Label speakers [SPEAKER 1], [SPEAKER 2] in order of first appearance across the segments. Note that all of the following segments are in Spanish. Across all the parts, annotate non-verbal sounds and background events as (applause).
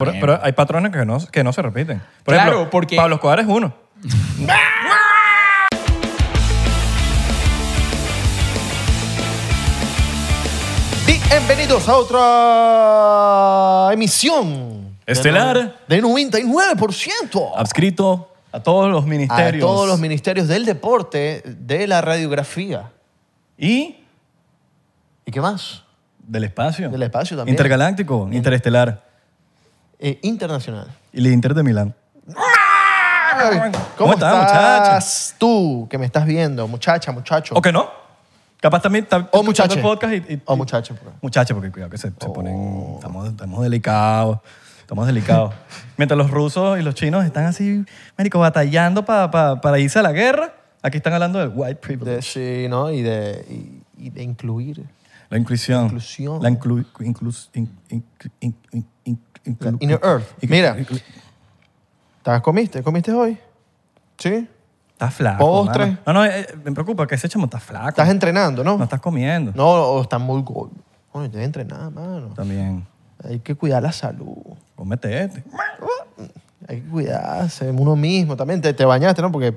[SPEAKER 1] Pero, pero hay patrones que no, que no se repiten. Por
[SPEAKER 2] Claro,
[SPEAKER 1] ejemplo,
[SPEAKER 2] porque-
[SPEAKER 1] Pablo Escobar es uno.
[SPEAKER 3] Bienvenidos a otra emisión.
[SPEAKER 1] Estelar.
[SPEAKER 3] De 99%.
[SPEAKER 1] Adscrito a todos los
[SPEAKER 3] A
[SPEAKER 1] ministerios.
[SPEAKER 3] todos los ministerios del deporte, de la radiografía.
[SPEAKER 1] Y
[SPEAKER 3] ¿Y qué más?
[SPEAKER 1] del espacio.
[SPEAKER 3] Del espacio también.
[SPEAKER 1] Intergaláctico, interestelar.
[SPEAKER 3] Eh, internacional.
[SPEAKER 1] Y el Inter de Milán.
[SPEAKER 3] ¿Cómo,
[SPEAKER 1] Ah, ¿Cómo estás,
[SPEAKER 3] estás tú que me estás viendo, muchacha, muchacho? Oh,
[SPEAKER 1] ¿O que no? Capaz también está
[SPEAKER 3] O
[SPEAKER 1] escuchando
[SPEAKER 3] muchacho.
[SPEAKER 1] el podcast y, y-
[SPEAKER 3] O
[SPEAKER 1] y-
[SPEAKER 3] muchacho. por favor.
[SPEAKER 1] Muchachos, porque cuidado que se,
[SPEAKER 3] Oh.
[SPEAKER 1] se ponen. Estamos, estamos delicados. Estamos
[SPEAKER 3] (laughs)
[SPEAKER 1] delicados. Mientras los rusos y los chinos están así, médico, batallando pa- pa- para irse a la guerra, aquí están hablando del white privilege.
[SPEAKER 3] De, sí, ¿no? Y de, y- y de incluir.
[SPEAKER 1] la inclusión.
[SPEAKER 3] inclusión.
[SPEAKER 1] La inclu, inclus- in- in- in- in- in- inclu-
[SPEAKER 3] Inner Earth.
[SPEAKER 1] inclu-
[SPEAKER 3] Mira.
[SPEAKER 1] inclu-
[SPEAKER 3] ¿Estás comiste? ¿Comiste hoy? ¿Sí?
[SPEAKER 1] Estás flaco.
[SPEAKER 3] Postre.
[SPEAKER 1] mano. No, no, eh, me preocupa que ese chamo está flaco.
[SPEAKER 3] ¿Estás entrenando, no?
[SPEAKER 1] no estás comiendo.
[SPEAKER 3] No, o estás muy gordo. Bueno, tienes que entrenar, mano.
[SPEAKER 1] También.
[SPEAKER 3] Hay que cuidar la salud.
[SPEAKER 1] Cómete este.
[SPEAKER 3] Hay que cuidarse uno mismo también. Te, te bañaste, ¿no? Porque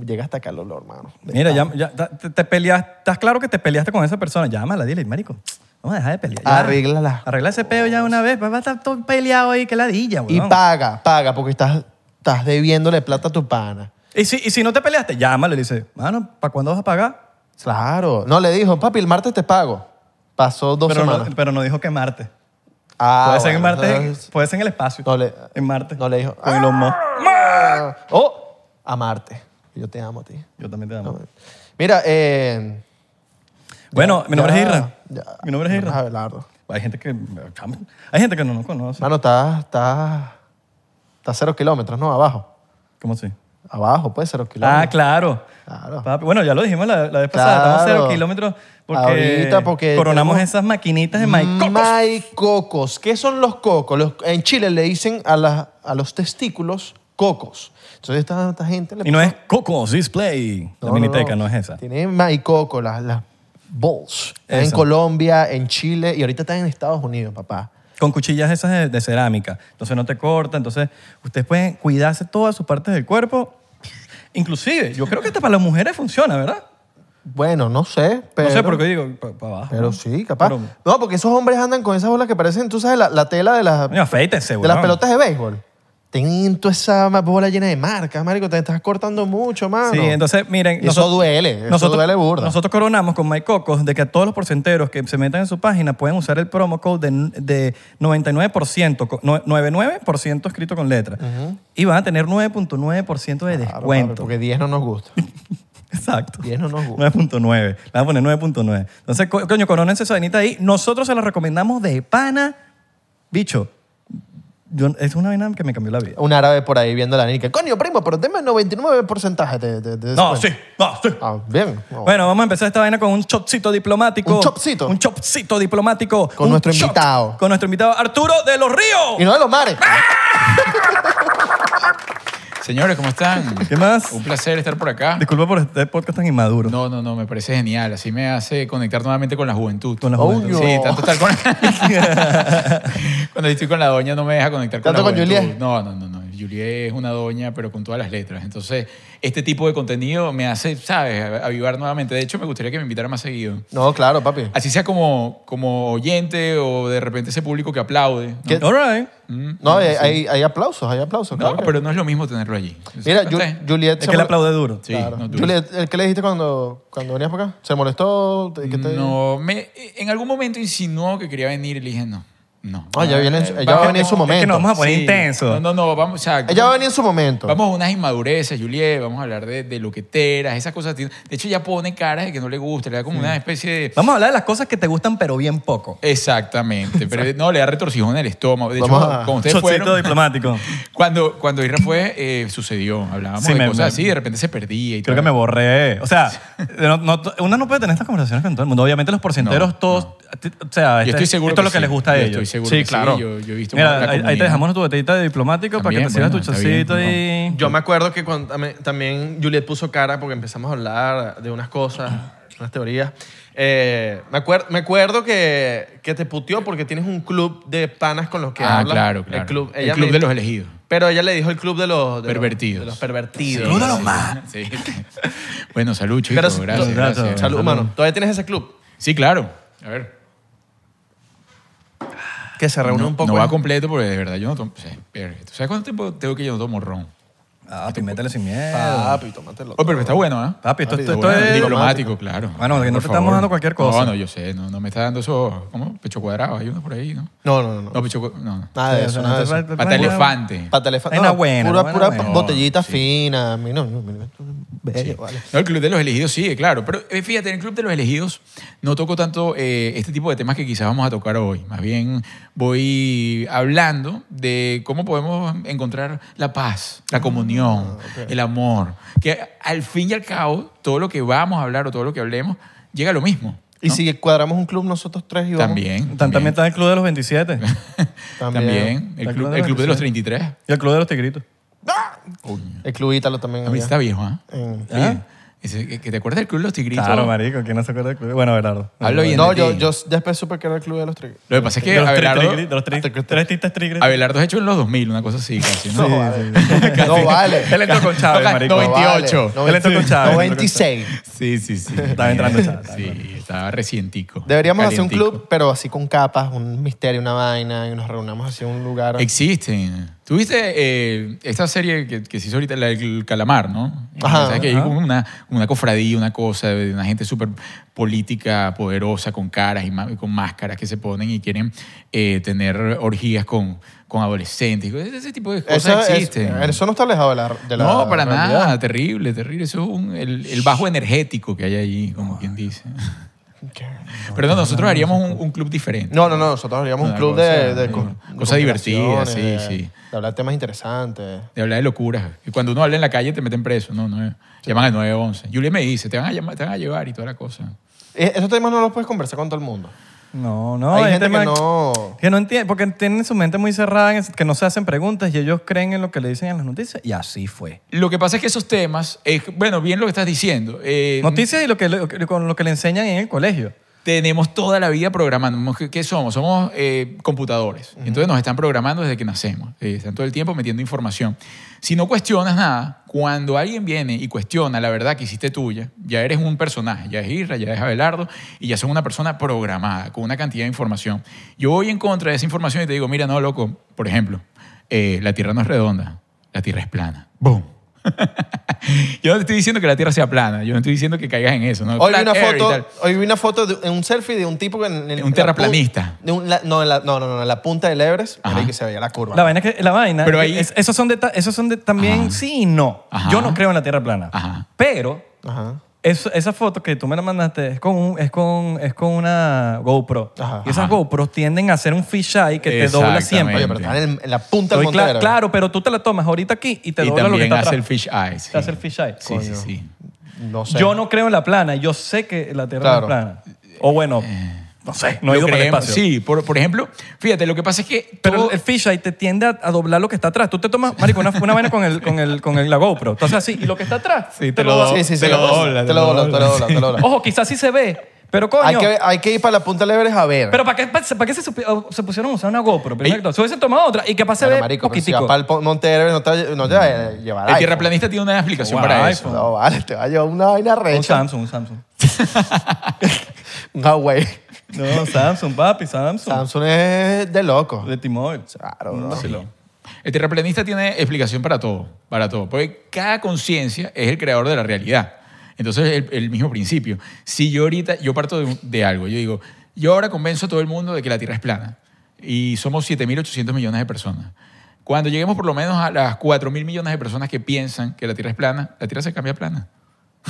[SPEAKER 3] llegaste acá el olor, hermano.
[SPEAKER 1] Mira, ya, ya te, te peleaste, estás claro que te peleaste con esa persona. Llámala, dile, marico, vamos a dejar de pelear. ya.
[SPEAKER 3] Arréglala.
[SPEAKER 1] Arregla ese peo ya una vez. Va a estar todo peleado ahí, que ladilla,
[SPEAKER 3] Y
[SPEAKER 1] weón.
[SPEAKER 3] paga, paga, porque estás, estás debiéndole plata a tu pana.
[SPEAKER 1] Y si, y si no te peleaste, llámalo y le dice, mano, ¿para cuándo vas a pagar?
[SPEAKER 3] Claro. No, le dijo, papi, el martes te pago. Pasó dos
[SPEAKER 1] Pero
[SPEAKER 3] semanas.
[SPEAKER 1] no, pero no dijo que Marte.
[SPEAKER 3] ah,
[SPEAKER 1] puede ser en
[SPEAKER 3] bueno,
[SPEAKER 1] Marte,
[SPEAKER 3] entonces-
[SPEAKER 1] puede ser en el espacio.
[SPEAKER 3] No le-
[SPEAKER 1] en Marte.
[SPEAKER 3] no le dijo,
[SPEAKER 1] Con Elon Musk.
[SPEAKER 3] Ah, Oh, a Marte. Yo te amo a ti.
[SPEAKER 1] Yo también te amo.
[SPEAKER 3] Mira, eh...
[SPEAKER 1] Bueno, mi nombre
[SPEAKER 3] ya-
[SPEAKER 1] es Irra.
[SPEAKER 3] ya-
[SPEAKER 1] Mi nombre es
[SPEAKER 3] mi
[SPEAKER 1] Irra.
[SPEAKER 3] Abelardo.
[SPEAKER 1] Hay gente que, hay gente que no nos conoce.
[SPEAKER 3] Mano, estás... Estás... Estás cero kilómetros, ¿no? Abajo.
[SPEAKER 1] ¿Cómo así?
[SPEAKER 3] Abajo, pues, cero
[SPEAKER 1] Ah,
[SPEAKER 3] kilómetros.
[SPEAKER 1] claro.
[SPEAKER 3] Claro.
[SPEAKER 1] Papi, bueno, ya lo dijimos la, la vez pasada,
[SPEAKER 3] Claro.
[SPEAKER 1] estamos cero kilómetros porque,
[SPEAKER 3] Ahorita porque
[SPEAKER 1] coronamos
[SPEAKER 3] tenemos-
[SPEAKER 1] esas maquinitas de Mike.
[SPEAKER 3] My Mm, cocos. ¿Qué son los cocos? Los- en Chile le dicen a, las- a los testículos cocos. Entonces esta, esta gente le
[SPEAKER 1] Y no es Cocos Display, la
[SPEAKER 3] No, no,
[SPEAKER 1] miniteca, no, es esa.
[SPEAKER 3] Tiene maicoco, las, las balls. Está En
[SPEAKER 1] Eso.
[SPEAKER 3] Colombia, en Chile y ahorita están en Estados Unidos, papá.
[SPEAKER 1] Con cuchillas esas de, de cerámica, entonces no te corta, entonces ustedes pueden cuidarse todas sus partes del cuerpo. Inclusive, yo creo que hasta para las mujeres funciona, ¿verdad?
[SPEAKER 3] Bueno, no sé, pero...
[SPEAKER 1] no sé por qué digo, para abajo.
[SPEAKER 3] Pero
[SPEAKER 1] ¿no?
[SPEAKER 3] sí, capaz.
[SPEAKER 1] Pero,
[SPEAKER 3] no, porque esos hombres andan con esas bolas que parecen, tú sabes, la, la tela de las...
[SPEAKER 1] coño, afeítese,
[SPEAKER 3] De las
[SPEAKER 1] weón.
[SPEAKER 3] pelotas de béisbol. Tienen toda esa ma- bola llena de marcas, marico. Te estás cortando mucho, mano.
[SPEAKER 1] Sí, entonces, miren.
[SPEAKER 3] Eso duele, eso duele burda.
[SPEAKER 1] Nosotros coronamos con My Cocos de que a todos los porcenteros que se metan en su página pueden usar el promo code de, de 99%, co- no- 99% escrito con letra. Y van a tener 9.9% de
[SPEAKER 3] Claro,
[SPEAKER 1] descuento.
[SPEAKER 3] papi, porque 10 no nos gusta.
[SPEAKER 1] (laughs) Exacto.
[SPEAKER 3] 10 no nos gusta.
[SPEAKER 1] 9.9. Le van a poner 9.9. Entonces, co- coño, coronense esa vainita ahí. Nosotros se la recomendamos de pana. Bicho, yo- es una vaina que me cambió la vida.
[SPEAKER 3] Un árabe por ahí viendo la nica. Coño, primo, pero deme el 99% de, de, de
[SPEAKER 1] No,
[SPEAKER 3] descuento".
[SPEAKER 1] sí, no, sí.
[SPEAKER 3] Ah, bien.
[SPEAKER 2] Oh.
[SPEAKER 3] No.
[SPEAKER 1] Bueno, vamos a empezar esta vaina con un chopcito diplomático.
[SPEAKER 3] ¿Un chopcito?
[SPEAKER 1] Un chopcito diplomático.
[SPEAKER 3] Con
[SPEAKER 1] Un
[SPEAKER 3] nuestro
[SPEAKER 1] chop
[SPEAKER 3] invitado.
[SPEAKER 1] Con nuestro invitado Arturo de los
[SPEAKER 3] Y
[SPEAKER 1] Ríos.
[SPEAKER 3] no de los mares.
[SPEAKER 1] Ah.
[SPEAKER 2] Señores, ¿cómo están?
[SPEAKER 1] ¿Qué más?
[SPEAKER 2] Un placer estar por acá.
[SPEAKER 1] Disculpa por este podcast tan inmaduro. (laughs)
[SPEAKER 2] No, no, no, me parece genial. Así me hace conectar nuevamente con la juventud.
[SPEAKER 1] Con la
[SPEAKER 3] Oh,
[SPEAKER 1] juventud.
[SPEAKER 3] yo.
[SPEAKER 2] Sí, tanto estar
[SPEAKER 3] (laughs)
[SPEAKER 2] con... Cuando estoy con la doña no me deja conectar con
[SPEAKER 3] ¿Tanto
[SPEAKER 2] la
[SPEAKER 3] con
[SPEAKER 2] juventud.
[SPEAKER 3] Juliet?
[SPEAKER 2] No, no, no, no. Juliet es una doña, pero con todas las letras. Entonces, este tipo de contenido me hace, ¿sabes? Avivar nuevamente. De hecho, me gustaría que me invitaran más seguido.
[SPEAKER 3] No, claro, papi.
[SPEAKER 2] Así sea como, como oyente o de repente ese público que aplaude. ¿no?
[SPEAKER 3] ¿Qué?
[SPEAKER 1] All right.
[SPEAKER 2] Mm.
[SPEAKER 3] No, hay, hay- hay aplausos, hay aplausos.
[SPEAKER 2] No,
[SPEAKER 3] claro que-
[SPEAKER 2] pero no es lo mismo tenerlo allí.
[SPEAKER 3] Mira,
[SPEAKER 2] ¿No
[SPEAKER 3] Ju-
[SPEAKER 2] sé?
[SPEAKER 3] Juliet...
[SPEAKER 1] Es
[SPEAKER 3] se
[SPEAKER 1] que le
[SPEAKER 3] mol-
[SPEAKER 1] aplaude duro.
[SPEAKER 2] Sí,
[SPEAKER 3] Claro.
[SPEAKER 2] no, tú-
[SPEAKER 3] Juliet, ¿el ¿qué le dijiste cuando, cuando venías para acá? ¿Se molestó? ¿Qué te-
[SPEAKER 2] No, me, en algún momento insinuó que quería venir y le dije no. No.
[SPEAKER 3] No, ella Ah, viene en su- ella va a venir en su
[SPEAKER 1] Es que nos
[SPEAKER 3] momento.
[SPEAKER 1] vamos a poner
[SPEAKER 2] Sí.
[SPEAKER 1] intenso.
[SPEAKER 2] No, no, no, vamos, o sea,
[SPEAKER 3] Ella va a venir en su momento.
[SPEAKER 2] vamos a unas inmadureces, Juliet, vamos a hablar de, de loqueteras, esas cosas. De hecho, ella pone caras de que no le gusta, le da como una especie de...
[SPEAKER 1] Vamos a hablar de las cosas que te gustan, pero bien poco.
[SPEAKER 2] Exactamente, pero no, le da retorcijón en el estómago. De hecho,
[SPEAKER 3] Vamos a-
[SPEAKER 2] como ustedes
[SPEAKER 1] Chopcito
[SPEAKER 2] fueron- (laughs)
[SPEAKER 1] diplomático.
[SPEAKER 2] Cuando, cuando Irra fue, eh, sucedió, hablábamos
[SPEAKER 1] Sí,
[SPEAKER 2] de
[SPEAKER 1] me-
[SPEAKER 2] cosas
[SPEAKER 1] me-
[SPEAKER 2] así, de repente se perdía y
[SPEAKER 1] Creo que
[SPEAKER 2] tal.
[SPEAKER 1] me borré. O sea, no- no- uno no puede tener estas conversaciones con todo el mundo. Obviamente los porcenteros
[SPEAKER 2] No,
[SPEAKER 1] todos... O sea,
[SPEAKER 2] Yo
[SPEAKER 1] este-
[SPEAKER 2] estoy seguro
[SPEAKER 1] esto es lo
[SPEAKER 2] que
[SPEAKER 1] que
[SPEAKER 2] sí.
[SPEAKER 1] les gusta a
[SPEAKER 2] Yo
[SPEAKER 1] ellos.
[SPEAKER 2] estoy seguro
[SPEAKER 1] sí,
[SPEAKER 2] que sí.
[SPEAKER 1] claro.
[SPEAKER 2] Yo- yo he visto
[SPEAKER 1] Mira,
[SPEAKER 2] la- la
[SPEAKER 1] ahí, ahí te
[SPEAKER 2] comunidad.
[SPEAKER 1] dejamos tu botellita de diplomático para que
[SPEAKER 2] También,
[SPEAKER 1] te sirvas
[SPEAKER 2] bueno,
[SPEAKER 1] tu
[SPEAKER 2] está bien, pues,
[SPEAKER 1] chocito y...
[SPEAKER 4] Yo me acuerdo que cuando, tam- también Juliet puso cara porque empezamos a hablar de unas cosas
[SPEAKER 3] unas teorías. Eh, me, acuer- me acuerdo que, que te puteó porque tienes un club de panas con los que
[SPEAKER 2] Ah,
[SPEAKER 3] hablas.
[SPEAKER 2] claro, claro.
[SPEAKER 3] El club,
[SPEAKER 2] El
[SPEAKER 3] ella
[SPEAKER 2] club
[SPEAKER 3] le-
[SPEAKER 2] de los elegidos.
[SPEAKER 3] Pero ella le dijo el club de los... de los-
[SPEAKER 2] Pervertidos.
[SPEAKER 3] de los pervertidos.
[SPEAKER 1] Sí. Uno de los más.
[SPEAKER 2] Sí. (laughs) Bueno, salud, chicos.
[SPEAKER 3] Pero-
[SPEAKER 2] gracias,
[SPEAKER 1] Exacto.
[SPEAKER 2] gracias.
[SPEAKER 3] Salud, humano. ¿Todavía tienes ese club?
[SPEAKER 2] Sí, claro. A ver.
[SPEAKER 3] Que se reúne
[SPEAKER 2] no,
[SPEAKER 3] un poco.
[SPEAKER 2] no va
[SPEAKER 3] ¿eh?
[SPEAKER 2] completo porque de verdad yo no tomo... sí, verga. ¿Tú sabes cuánto tiempo tengo que yo no tomo ron?
[SPEAKER 1] Ah, tú métele sin miedo.
[SPEAKER 3] Papi, tómatelo.
[SPEAKER 2] Oh, pero está bueno, ¿eh?
[SPEAKER 1] Papi, esto,
[SPEAKER 3] Papi,
[SPEAKER 1] esto- esto
[SPEAKER 3] de buena,
[SPEAKER 1] es...
[SPEAKER 3] digo,
[SPEAKER 2] Diplomático, claro.
[SPEAKER 1] Bueno, que no
[SPEAKER 2] Por
[SPEAKER 1] te estamos dando cualquier cosa.
[SPEAKER 2] No, no, yo sé. No, no me está dando eso... ¿Cómo? Pecho cuadrado. Hay uno por ahí, ¿no?
[SPEAKER 3] No, no, no.
[SPEAKER 2] No, pecho cuadrado. No, no.
[SPEAKER 3] Nada de eso, nada de eso.
[SPEAKER 2] Pata elefante.
[SPEAKER 3] Para teléfono.
[SPEAKER 1] Una buena,
[SPEAKER 3] pura,
[SPEAKER 1] buena,
[SPEAKER 3] pura
[SPEAKER 1] buena.
[SPEAKER 3] botellita fina. Mi- No, no, mira, esto es bello, vale.
[SPEAKER 2] No, el Club de los Elegidos sí, claro. Pero eh, fíjate, en el Club de los Elegidos no toco tanto eh, este tipo de temas que quizás vamos a tocar hoy. Más bien voy hablando de cómo podemos encontrar la paz, la comunión, el amor. Que al fin y al cabo, todo lo que vamos a hablar o todo lo que hablemos llega a lo mismo.
[SPEAKER 3] Y
[SPEAKER 2] ¿no?
[SPEAKER 3] si cuadramos un club nosotros tres y vamos.
[SPEAKER 2] También.
[SPEAKER 1] Tan- También está el club de los 27
[SPEAKER 3] También.
[SPEAKER 2] También. El,
[SPEAKER 1] Está
[SPEAKER 2] club,
[SPEAKER 1] claro,
[SPEAKER 2] el Club de
[SPEAKER 1] sí.
[SPEAKER 2] los 33.
[SPEAKER 1] y el club de los tigritos.
[SPEAKER 2] Coño.
[SPEAKER 3] El club Ítalo también.
[SPEAKER 2] A mí
[SPEAKER 3] allá.
[SPEAKER 2] está viejo, ¿ah?
[SPEAKER 3] En-
[SPEAKER 2] Oye, ese- que- que ¿Te acuerdas del Club de los Tigritos?
[SPEAKER 1] Claro, marico, ¿quién no se acuerda del club? Bueno, Abelardo.
[SPEAKER 2] Hablo bien
[SPEAKER 3] No,
[SPEAKER 2] de
[SPEAKER 3] yo,
[SPEAKER 2] ti.
[SPEAKER 3] yo después supe que era el club de los tres.
[SPEAKER 2] Lo que pasa es que
[SPEAKER 1] de los tres
[SPEAKER 2] Abelardo,
[SPEAKER 1] tigritos, de los tres-
[SPEAKER 3] hasta que-
[SPEAKER 1] tres tistas tigritos.
[SPEAKER 2] Abelardo es hecho en los 2000, una cosa así casi, ¿no?
[SPEAKER 1] Sí, sí. (laughs)
[SPEAKER 3] No vale.
[SPEAKER 1] Él entró con Chávez,
[SPEAKER 2] Toca
[SPEAKER 1] marico.
[SPEAKER 3] No vale.
[SPEAKER 2] 28.
[SPEAKER 1] Él entró con Chávez.
[SPEAKER 3] 96.
[SPEAKER 2] Sí, sí, sí.
[SPEAKER 1] (laughs) Estaba entrando Chávez, estaba
[SPEAKER 2] Sí, estaba recientico.
[SPEAKER 3] Deberíamos hacer un
[SPEAKER 2] calientico.
[SPEAKER 3] club, pero así con capas, un misterio, una vaina, y nos reunamos así en un lugar.
[SPEAKER 2] Existen. ¿Tuviste eh, esta serie que, que se hizo ahorita, la del calamar, no?
[SPEAKER 3] Ajá,
[SPEAKER 2] ¿Sabes que hay
[SPEAKER 1] ajá.
[SPEAKER 2] como una, como una cofradía, una cosa de una gente súper política, poderosa, con caras y ma- con máscaras que se ponen y quieren eh, tener orgías con, con adolescentes. Ese ese tipo de
[SPEAKER 3] Eso,
[SPEAKER 2] cosas
[SPEAKER 3] es- eh,
[SPEAKER 2] existen.
[SPEAKER 3] eso no está alejado de la. de la
[SPEAKER 2] no, para
[SPEAKER 3] realidad.
[SPEAKER 2] nada, terrible, terrible. Eso es un- el, el bajo energético que hay allí, como quien dice. Pero no, nosotros haríamos un, un club diferente.
[SPEAKER 3] No, no, no, nosotros haríamos un
[SPEAKER 2] Una
[SPEAKER 3] club
[SPEAKER 2] cosa,
[SPEAKER 3] de, de
[SPEAKER 2] sí,
[SPEAKER 3] co-
[SPEAKER 2] cosa
[SPEAKER 3] conspiraciones,
[SPEAKER 2] divertida, sí,
[SPEAKER 3] de-
[SPEAKER 2] sí.
[SPEAKER 3] De hablar temas interesantes.
[SPEAKER 2] De hablar de locuras. Que cuando uno habla en la calle te meten preso. No, no. es- Llaman al 911. Julia me dice, te van, a llamar, te van a llevar y toda la cosa.
[SPEAKER 3] Eh, Esos temas no los puedes conversar con todo el mundo.
[SPEAKER 1] No, no.
[SPEAKER 3] Hay
[SPEAKER 1] es
[SPEAKER 3] gente
[SPEAKER 1] tema-
[SPEAKER 3] que no.
[SPEAKER 1] Que no entiende, porque tienen su mente muy cerrada, en es- que no se hacen preguntas y ellos creen en lo que le dicen en las noticias. Y así fue.
[SPEAKER 2] Lo que pasa es que esos temas, es, bueno, bien lo que estás diciendo.
[SPEAKER 3] Em.
[SPEAKER 2] eh,
[SPEAKER 1] Noticias y lo que, le- con lo que le enseñan en el colegio.
[SPEAKER 2] tenemos toda la vida programando. ¿Qué- ¿Qué somos? Somos eh, computadores. Entonces nos están programando desde que nacemos. Eh, están todo el tiempo metiendo información. Si no cuestionas nada, cuando alguien viene y cuestiona la verdad que hiciste tuya, ya eres un personaje, ya es Isra, ya es Abelardo, y ya son una persona programada, con una cantidad de información. Yo voy en contra de esa información y te digo, mira, no, loco, por ejemplo, eh, la Tierra no es redonda, la Tierra es plana. ¡Boom! (laughs) Yo no te estoy diciendo que la Tierra sea plana, yo no estoy diciendo que caigas en eso. ¿no?
[SPEAKER 3] Hoy vi
[SPEAKER 2] Flat
[SPEAKER 3] una
[SPEAKER 2] Earth y tal.
[SPEAKER 3] foto, hoy vi una foto de un selfie de un tipo en, en- en
[SPEAKER 2] Un
[SPEAKER 3] la
[SPEAKER 2] terraplanista.
[SPEAKER 3] pun- de un- la- no, en la, no, no, no, en la punta del Everest,
[SPEAKER 2] Ajá.
[SPEAKER 3] ahí que se veía la curva.
[SPEAKER 1] La vaina, es que, la vaina
[SPEAKER 2] Pero
[SPEAKER 1] es que
[SPEAKER 2] ahí-
[SPEAKER 1] es- esos son de, ta- esos son de también
[SPEAKER 2] Ajá.
[SPEAKER 1] sí y no.
[SPEAKER 2] Ajá.
[SPEAKER 1] Yo no creo en la Tierra plana.
[SPEAKER 2] Ajá.
[SPEAKER 1] Pero
[SPEAKER 3] Ajá.
[SPEAKER 1] eso- esa foto que tú me la mandaste es con, un- es con, es con una GoPro.
[SPEAKER 3] Ajá.
[SPEAKER 1] Y esas
[SPEAKER 2] Ajá.
[SPEAKER 1] GoPros tienden a hacer un fisheye que te dobla siempre.
[SPEAKER 3] Oye, pero
[SPEAKER 2] Exactamente.
[SPEAKER 3] está en, el- en la punta
[SPEAKER 1] Estoy
[SPEAKER 3] del Monte
[SPEAKER 1] cla-
[SPEAKER 3] Everest.
[SPEAKER 1] claro, pero tú te la tomas ahorita aquí y te
[SPEAKER 2] y
[SPEAKER 1] dobla lo que
[SPEAKER 2] también
[SPEAKER 1] está
[SPEAKER 2] hace el
[SPEAKER 1] atrás.
[SPEAKER 2] fish eyes.
[SPEAKER 1] Te hace el fisheye.
[SPEAKER 2] Sí, sí, sí.
[SPEAKER 3] No sé.
[SPEAKER 1] Yo no creo en la plana. Yo sé que la Tierra
[SPEAKER 3] Claro.
[SPEAKER 1] no es plana. O bueno, no sé. No he
[SPEAKER 2] Lo
[SPEAKER 1] ido para el
[SPEAKER 2] creemos.
[SPEAKER 1] espacio.
[SPEAKER 2] Eh, Sí, por, por ejemplo, fíjate, lo que pasa es que
[SPEAKER 1] Pero
[SPEAKER 2] todo-
[SPEAKER 1] el fisheye te tiende a, a doblar lo que está atrás. Tú te tomas, marico, una, una vaina con, el, con, el, con el- la GoPro. Entonces así, y lo que está atrás,
[SPEAKER 2] Sí, te
[SPEAKER 1] te
[SPEAKER 2] lo
[SPEAKER 1] lo dobla.
[SPEAKER 3] Sí, sí, sí.
[SPEAKER 2] Te lo dobla,
[SPEAKER 3] Te lo dobla, te lo dobla, te lo dobla.
[SPEAKER 1] (laughs) Ojo, quizás sí se ve, pero coño.
[SPEAKER 3] Hay que, hay que ir para la punta del Everest a ver.
[SPEAKER 1] Pero ¿para qué, para, qué se, supi- oh, se pusieron a usar una GoPro? Primero, que todo. se hubiesen tomado otra y capaz se
[SPEAKER 3] Bueno,
[SPEAKER 1] ve
[SPEAKER 3] marico, pero si
[SPEAKER 1] poquitico.
[SPEAKER 3] vas para el po- Monte Everest no te, va- no te va a llevar
[SPEAKER 2] el
[SPEAKER 3] iPhone.
[SPEAKER 2] tierraplanista tiene una explicación
[SPEAKER 1] Wow,
[SPEAKER 2] para
[SPEAKER 1] iPhone.
[SPEAKER 2] eso.
[SPEAKER 3] No, vale, te va a llevar una vaina
[SPEAKER 1] un
[SPEAKER 3] recha.
[SPEAKER 1] Samsung, un Samsung.
[SPEAKER 3] Un Huawei.
[SPEAKER 1] No, (laughs) Samsung, papi, Samsung.
[SPEAKER 3] Samsung es
[SPEAKER 1] (laughs)
[SPEAKER 3] de loco.
[SPEAKER 1] De T-Mobile.
[SPEAKER 3] Claro, bro.
[SPEAKER 2] Sí. El tierraplanista tiene explicación para todo, para todo, porque cada conciencia es el creador de la realidad. Entonces, el, el mismo principio. Si yo ahorita, yo parto de, un- de algo, yo digo, yo ahora convenzo a todo el mundo de que la Tierra es plana y somos 7.800 millones de personas. Cuando lleguemos por lo menos a las 4.000 millones de personas que piensan que la Tierra es plana, la Tierra se cambia a plana.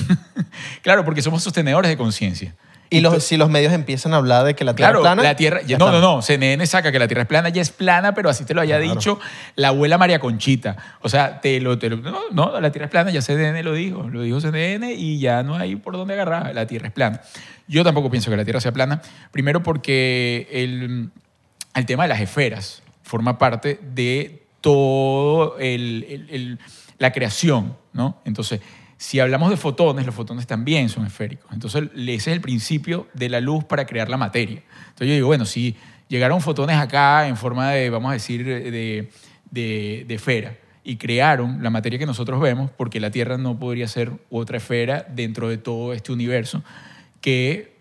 [SPEAKER 2] (laughs) claro, porque somos sostenedores de conciencia.
[SPEAKER 3] Y los, si los medios empiezan a hablar de que la Tierra
[SPEAKER 2] Claro,
[SPEAKER 3] es plana...
[SPEAKER 2] la Tierra.
[SPEAKER 3] ya
[SPEAKER 2] no, no,
[SPEAKER 3] estamos.
[SPEAKER 2] no. CNN saca que la Tierra es plana, ya es plana, pero así te lo haya dicho la abuela María Conchita. O sea, te lo, te lo- no, no, la Tierra es plana, ya CNN lo dijo. Lo dijo CNN y ya no hay por dónde agarrar. La Tierra es plana. Yo tampoco pienso que la Tierra sea plana. Primero porque el, el tema de las esferas forma parte de todo el, el- el- la creación, ¿no? Entonces, Si hablamos de fotones, los fotones también son esféricos. Entonces, ese es el principio de la luz para crear la materia. Entonces, yo digo, bueno, si llegaron fotones acá en forma de, vamos a decir, de, de, de esfera y crearon la materia que nosotros vemos, porque la Tierra no podría ser otra esfera dentro de todo este universo que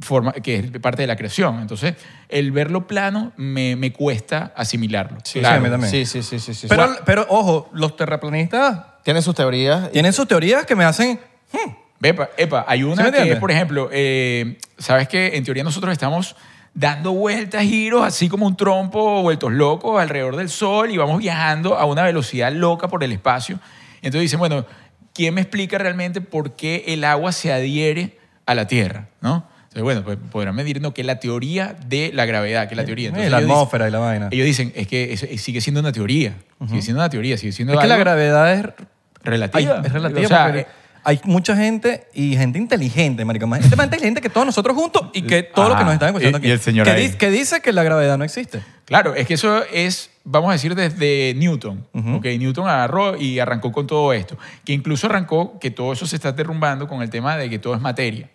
[SPEAKER 2] forma, que es parte de la creación. Entonces, el verlo plano me, me cuesta asimilarlo.
[SPEAKER 1] Sí, a mí también.
[SPEAKER 3] Sí, sí, sí, sí. sí.
[SPEAKER 1] Pero, pero ojo, los terraplanistas
[SPEAKER 3] tiene sus teorías.
[SPEAKER 1] tienen sus teorías que me hacen... hmm,
[SPEAKER 2] Epa, epa, hay
[SPEAKER 1] ¿Sí me
[SPEAKER 2] una que
[SPEAKER 1] entiendes?
[SPEAKER 2] por ejemplo, eh, sabes que en teoría nosotros estamos dando vueltas, giros, así como un trompo, vueltos locos alrededor del sol y vamos viajando a una velocidad loca por el espacio. Entonces dicen, bueno, ¿quién me explica realmente por qué el agua se adhiere a la Tierra? ¿No? Entonces, bueno, pues podrán medirnos que la teoría de la gravedad, que la teoría. Entonces,
[SPEAKER 1] eh, la
[SPEAKER 2] ellos dicen-
[SPEAKER 1] atmósfera y la vaina.
[SPEAKER 2] ellos dicen, es que es- es- sigue siendo una teoría, sigue siendo una teoría, sigue siendo
[SPEAKER 1] Es que la
[SPEAKER 2] algo
[SPEAKER 1] gravedad es Ay,
[SPEAKER 2] relativa.
[SPEAKER 1] es relativa.
[SPEAKER 2] O sea,
[SPEAKER 1] porque
[SPEAKER 2] eh,
[SPEAKER 1] hay mucha gente y gente inteligente, marico. Más gente más inteligente que todos nosotros juntos y que todos los que
[SPEAKER 2] Ajá.
[SPEAKER 1] nos están
[SPEAKER 4] Y-
[SPEAKER 1] escuchando aquí.
[SPEAKER 4] y el señor
[SPEAKER 1] que,
[SPEAKER 4] ahí.
[SPEAKER 1] dice- que dice que la gravedad no existe.
[SPEAKER 2] Claro, es que eso es, vamos a decir, desde Newton.
[SPEAKER 1] Ujú.
[SPEAKER 2] Ok, Newton agarró y arrancó con todo esto. Que incluso arrancó que todo eso se está derrumbando con el tema de que todo es materia.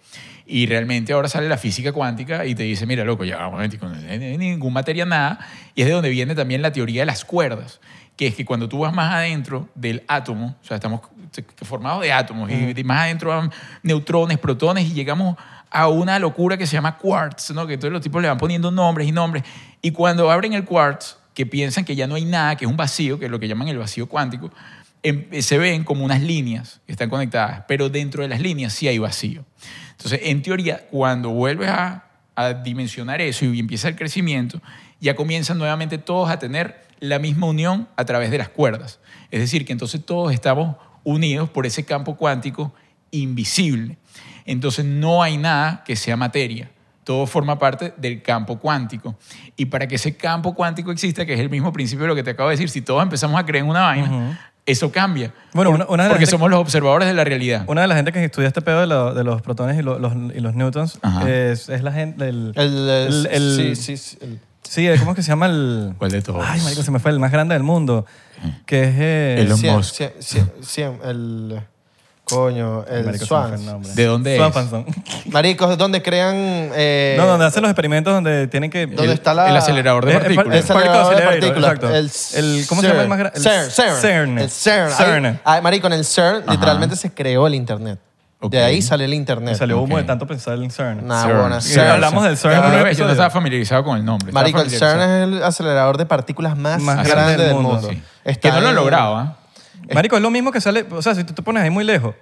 [SPEAKER 2] Y realmente ahora sale la física cuántica y te dice, mira, loco, ya, un momentico, no hay ningún materia, nada. Y es de donde viene también la teoría de las cuerdas, que es que cuando tú vas más adentro del átomo, o sea, estamos formados de átomos, y más adentro van neutrones, protones, y llegamos a una locura que se llama quartz, ¿no? que todos los tipos le van poniendo nombres y nombres. Y cuando abren el quartz, que piensan que ya no hay nada, que es un vacío, que es lo que llaman el vacío cuántico, em- eh, se ven como unas líneas que están conectadas, pero dentro de las líneas sí hay vacío. Entonces, en teoría, cuando vuelves a, a dimensionar eso y empieza el crecimiento, ya comienzan nuevamente todos a tener la misma unión a través de las cuerdas. Es decir, que entonces todos estamos unidos por ese campo cuántico invisible. Entonces no hay nada que sea materia. Todo forma parte del campo cuántico. Y para que ese campo cuántico exista, que es el mismo principio de lo que te acabo de decir, si todos empezamos a creer en una vaina, eso cambia.
[SPEAKER 1] Bueno, una, una de las
[SPEAKER 2] porque
[SPEAKER 1] gente-
[SPEAKER 2] somos los observadores de la realidad.
[SPEAKER 1] Una de las gente que estudia este pedo de, lo- de los protones y, lo- los, y los newtons
[SPEAKER 2] Ajá.
[SPEAKER 1] es, es la gente del...
[SPEAKER 3] El,
[SPEAKER 1] el- el-
[SPEAKER 3] sí, sí, sí, el-
[SPEAKER 1] sí, el- ¿cómo es que se llama el...?
[SPEAKER 2] ¿Cuál de todos? Mm.
[SPEAKER 1] Ay, marico, se me fue el más grande del mundo. Que es... eh,
[SPEAKER 2] Elon
[SPEAKER 1] sí,
[SPEAKER 3] cien-
[SPEAKER 2] Musk.
[SPEAKER 3] cien- cien- cien- el coño, el
[SPEAKER 1] marico, se me fue el
[SPEAKER 3] Swans.
[SPEAKER 1] nombre.
[SPEAKER 2] ¿De dónde es?
[SPEAKER 1] Swanson.
[SPEAKER 3] Maricos, donde crean eh,
[SPEAKER 1] No, donde hacen los experimentos donde tienen que...
[SPEAKER 3] ¿Dónde
[SPEAKER 2] el,
[SPEAKER 3] está la-
[SPEAKER 2] el acelerador de
[SPEAKER 1] Eh, eh,
[SPEAKER 2] partículas.
[SPEAKER 1] el
[SPEAKER 3] el acelerador de
[SPEAKER 1] partículas,
[SPEAKER 3] partículas.
[SPEAKER 1] exacto.
[SPEAKER 3] El,
[SPEAKER 1] El- ¿cómo se llama el más gra- el
[SPEAKER 3] CERN. CERN.
[SPEAKER 1] CERN.
[SPEAKER 3] El CERN.
[SPEAKER 1] CERN.
[SPEAKER 3] Ahí- ahí, marico, en el CERN
[SPEAKER 2] Ajá.
[SPEAKER 3] literalmente se creó el internet.
[SPEAKER 2] Ok.
[SPEAKER 3] De ahí sale el internet.
[SPEAKER 1] Y salió humo
[SPEAKER 2] Ok.
[SPEAKER 1] de tanto pensar en CERN.
[SPEAKER 3] Nah,
[SPEAKER 2] CERN.
[SPEAKER 3] bueno,
[SPEAKER 2] Sí,
[SPEAKER 1] Y hablamos del CERN.
[SPEAKER 2] Ya,
[SPEAKER 1] en un
[SPEAKER 2] pero ves, yo
[SPEAKER 1] episodio.
[SPEAKER 2] no estaba familiarizado con el nombre. estaba
[SPEAKER 3] Marico, el CERN
[SPEAKER 2] familiarizado.
[SPEAKER 3] es el acelerador de partículas más,
[SPEAKER 1] Más
[SPEAKER 3] grande, del mundo.
[SPEAKER 1] sí.
[SPEAKER 3] Está
[SPEAKER 2] Que no lo
[SPEAKER 3] en-
[SPEAKER 2] han logrado, ¿ah?
[SPEAKER 1] Marico, es lo mismo que sale. O sea, si tú te pones ahí muy lejos,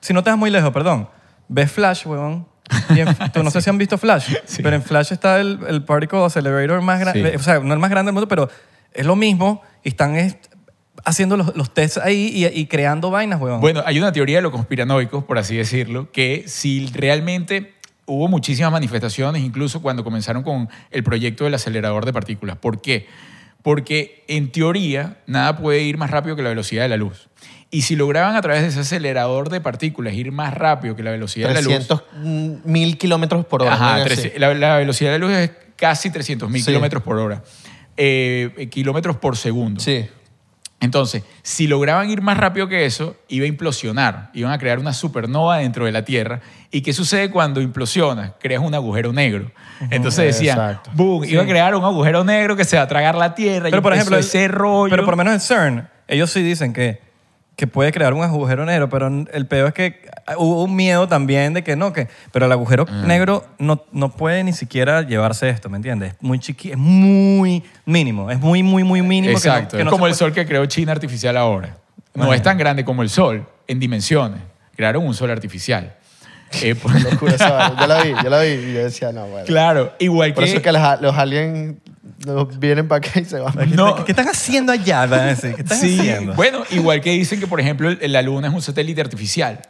[SPEAKER 1] si no te das muy lejos, perdón, ves Flash, weón. Y en- tú no sé si han visto Flash, pero en Flash está el, el Particle Accelerator más grande.
[SPEAKER 2] Sí.
[SPEAKER 1] O sea, no el más grande del mundo, pero es lo mismo. Y están es, haciendo los, los tests ahí y, y creando vainas, weón.
[SPEAKER 2] Bueno, hay una teoría de los conspiranoicos, por así decirlo, que si realmente hubo muchísimas manifestaciones, incluso cuando comenzaron con el proyecto del acelerador de partículas. ¿Por qué? Porque en teoría nada puede ir más rápido que la velocidad de la luz. Y si lograban a través de ese acelerador de partículas ir más rápido que la velocidad de la luz,
[SPEAKER 3] 300 mil kilómetros por hora.
[SPEAKER 2] Ajá,
[SPEAKER 3] ¿no?
[SPEAKER 2] trece-
[SPEAKER 3] Sí.
[SPEAKER 2] la, la velocidad de la luz es casi 300.000
[SPEAKER 3] Sí.
[SPEAKER 2] kilómetros por hora. Eh, eh, kilómetros por segundo.
[SPEAKER 3] Sí.
[SPEAKER 2] Entonces, si lograban ir más rápido que eso, iba a implosionar. Iban a crear una supernova dentro de la Tierra. ¿Y qué sucede cuando implosionas? Creas un agujero negro. Entonces decían,
[SPEAKER 3] Exacto.
[SPEAKER 2] boom, iba a crear un agujero negro que se va a tragar la Tierra. y
[SPEAKER 1] pero por
[SPEAKER 2] empezó
[SPEAKER 1] ejemplo,
[SPEAKER 2] ese
[SPEAKER 1] el-
[SPEAKER 2] rollo.
[SPEAKER 1] Pero por lo menos en CERN, ellos sí dicen que, que puede crear un agujero negro, pero el peor es que ah, hubo un miedo también de que no, que, pero el agujero
[SPEAKER 2] Ah.
[SPEAKER 1] negro no, no puede ni siquiera llevarse esto, ¿me entiendes? Es muy chiqui, es muy mínimo, es muy, muy, muy mínimo. que no-
[SPEAKER 2] Exacto.
[SPEAKER 1] que no
[SPEAKER 2] es como
[SPEAKER 1] se
[SPEAKER 2] el sol que creó China artificial ahora. No es tan grande como el sol en dimensiones. Crearon un
[SPEAKER 1] (laughs)
[SPEAKER 2] sol artificial. Eh, por-
[SPEAKER 3] Locura, esa vaina. Yo la vi, yo la vi. Y yo decía, no, bueno.
[SPEAKER 2] Claro, igual
[SPEAKER 3] Por
[SPEAKER 2] que.
[SPEAKER 3] eso es que los, los aliens los vienen para acá y se van. (laughs)
[SPEAKER 1] puede- ¿Qué,
[SPEAKER 2] no.
[SPEAKER 1] ¿qué, qué están haciendo allá? (laughs) Van a decir, ¿Qué están
[SPEAKER 2] Sí,
[SPEAKER 1] haciendo?
[SPEAKER 2] Bueno, igual que dicen que, por ejemplo, el- la Luna es un satélite artificial.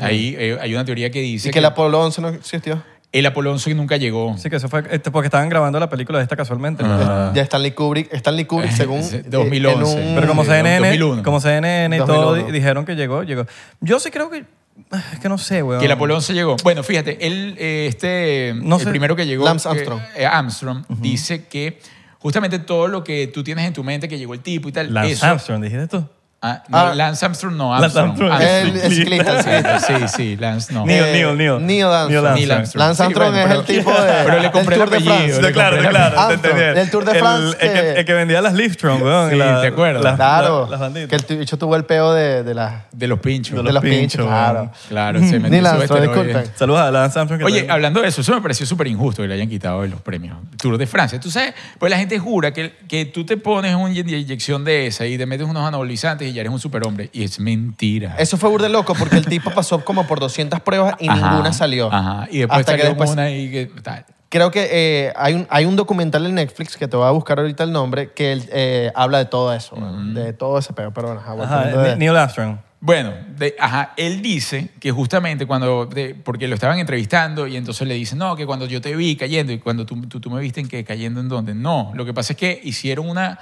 [SPEAKER 2] Ahí eh, hay una teoría que dice
[SPEAKER 3] Y que el Apolo 11 no existió.
[SPEAKER 2] el Apolo 11 nunca llegó.
[SPEAKER 1] Sí, que eso fue este, porque estaban grabando la película de esta casualmente.
[SPEAKER 2] Ah. Eh,
[SPEAKER 3] Ya Stanley Kubrick, Stanley Kubrick según... eh,
[SPEAKER 2] Sí, 2011.
[SPEAKER 3] en un-
[SPEAKER 1] Pero como
[SPEAKER 2] Sí,
[SPEAKER 1] CNN,
[SPEAKER 2] 2001.
[SPEAKER 1] como CNN y todo
[SPEAKER 3] 2001.
[SPEAKER 1] di- dijeron que llegó, llegó. Yo sí creo que... ah, Es que no sé, weón.
[SPEAKER 2] Que el Apolo 11 llegó. Bueno, fíjate, él, eh, este,
[SPEAKER 1] No
[SPEAKER 2] el
[SPEAKER 1] sé.
[SPEAKER 2] primero que llegó,
[SPEAKER 3] Lance
[SPEAKER 2] que-
[SPEAKER 3] Armstrong.
[SPEAKER 2] eh, Armstrong, dice que justamente todo lo que tú tienes en tu mente que llegó el tipo y tal,
[SPEAKER 1] Lance
[SPEAKER 2] eso,
[SPEAKER 1] Armstrong, dijiste tú.
[SPEAKER 2] Ah, no,
[SPEAKER 3] Ah.
[SPEAKER 2] Lance Armstrong no,
[SPEAKER 1] Lance
[SPEAKER 2] Armstrong.
[SPEAKER 1] Armstrong.
[SPEAKER 3] Él
[SPEAKER 2] Armstrong.
[SPEAKER 3] es ciclista, sí.
[SPEAKER 2] Sí, sí, Lance
[SPEAKER 1] (laughs)
[SPEAKER 2] no.
[SPEAKER 1] Neil,
[SPEAKER 3] Ah, Eh,
[SPEAKER 1] Neil, Neil.
[SPEAKER 3] Neil Armstrong.
[SPEAKER 2] Neil Armstrong.
[SPEAKER 3] Lance
[SPEAKER 2] Sí,
[SPEAKER 3] Armstrong
[SPEAKER 2] bueno,
[SPEAKER 3] es el tipo de.
[SPEAKER 2] pero le
[SPEAKER 3] del
[SPEAKER 2] compré el
[SPEAKER 3] Tour de
[SPEAKER 2] apellido,
[SPEAKER 1] Sí,
[SPEAKER 3] France.
[SPEAKER 2] le
[SPEAKER 1] claro,
[SPEAKER 2] compré la-
[SPEAKER 1] claro. te
[SPEAKER 3] Armstrong,
[SPEAKER 1] entendí.
[SPEAKER 3] del Tour de
[SPEAKER 1] El-
[SPEAKER 3] France
[SPEAKER 1] El, que,
[SPEAKER 3] que-
[SPEAKER 1] el que vendía las Liftron, weón.
[SPEAKER 2] Sí,
[SPEAKER 1] la-
[SPEAKER 2] ¿te acuerdas?
[SPEAKER 1] las-
[SPEAKER 3] Claro.
[SPEAKER 1] las- las
[SPEAKER 3] que
[SPEAKER 1] banditas.
[SPEAKER 3] el bicho tuvo el peo de, de las.
[SPEAKER 2] De los pinchos.
[SPEAKER 3] De los pinchos,
[SPEAKER 1] pinchos,
[SPEAKER 3] claro.
[SPEAKER 1] weón.
[SPEAKER 2] Claro, se metió
[SPEAKER 3] Neil
[SPEAKER 2] su
[SPEAKER 3] Armstrong,
[SPEAKER 2] esteroide.
[SPEAKER 3] disculpen.
[SPEAKER 1] Saludos a Lance Armstrong. que
[SPEAKER 2] Este Oye,
[SPEAKER 1] también-
[SPEAKER 2] hablando de eso, eso me pareció súper injusto que le hayan quitado los premios Tour de Francia. Tú sabes, pues la gente jura que, que tú te pones una inye- inyección de esa y te metes unos anabolizantes y ya eres un superhombre. Y es mentira.
[SPEAKER 3] Eso fue burde loco porque el tipo pasó como por 200 pruebas y
[SPEAKER 2] Ajá,
[SPEAKER 3] ninguna salió.
[SPEAKER 2] Ajá. Y después
[SPEAKER 3] Hasta
[SPEAKER 2] salió
[SPEAKER 3] que después.
[SPEAKER 2] una y que tal.
[SPEAKER 3] Creo que eh, hay, un, hay un documental en Netflix que te voy a buscar ahorita el nombre que él, eh, habla de todo eso, weón, de todo ese peo. Pero bueno, ajá,
[SPEAKER 1] Ajá,
[SPEAKER 3] volviendo de-
[SPEAKER 1] Ni- Neil Armstrong.
[SPEAKER 2] Bueno, de- ajá, él dice que justamente cuando, de- porque lo estaban entrevistando y entonces le dicen, no, que cuando yo te vi cayendo y cuando tú, tú, tú me viste en que cayendo en dónde. No, lo que pasa es que hicieron una,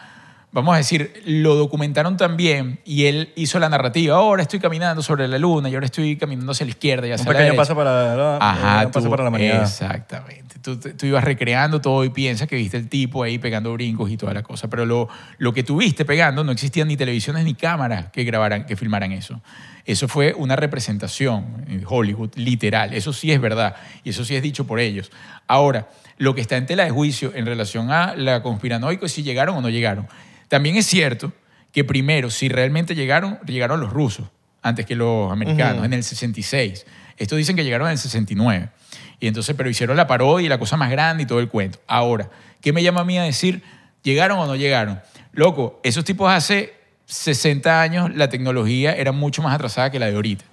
[SPEAKER 2] vamos a decir, lo documentaron también y él hizo la narrativa, ahora estoy caminando sobre la luna y ahora estoy caminando hacia la izquierda y
[SPEAKER 1] Un
[SPEAKER 2] hacia la
[SPEAKER 1] pequeño
[SPEAKER 2] derecha.
[SPEAKER 1] paso para la,
[SPEAKER 2] Ajá,
[SPEAKER 1] eh, un paso
[SPEAKER 2] tú-
[SPEAKER 1] para la mañana.
[SPEAKER 2] Exactamente. Tú, tú ibas recreando todo y piensas que viste el tipo ahí pegando brincos y toda la cosa. Pero lo, lo que tuviste pegando no existían ni televisiones ni cámaras que grabaran, que filmaran eso. Eso fue una representación en Hollywood, literal. Eso sí es verdad. Y eso sí es dicho por ellos. Ahora, lo que está en tela de juicio en relación a la conspiranoico es si llegaron o no llegaron. También es cierto que primero, si realmente llegaron, llegaron los rusos antes que los americanos, en el 66. Estos dicen que llegaron en el 69. Y entonces, pero hicieron la parodia y la cosa más grande y todo el cuento. Ahora, ¿qué me llama a mí a decir? ¿Llegaron o no llegaron? Loco, esos tipos hace 60 años la tecnología era mucho más atrasada que la de ahorita.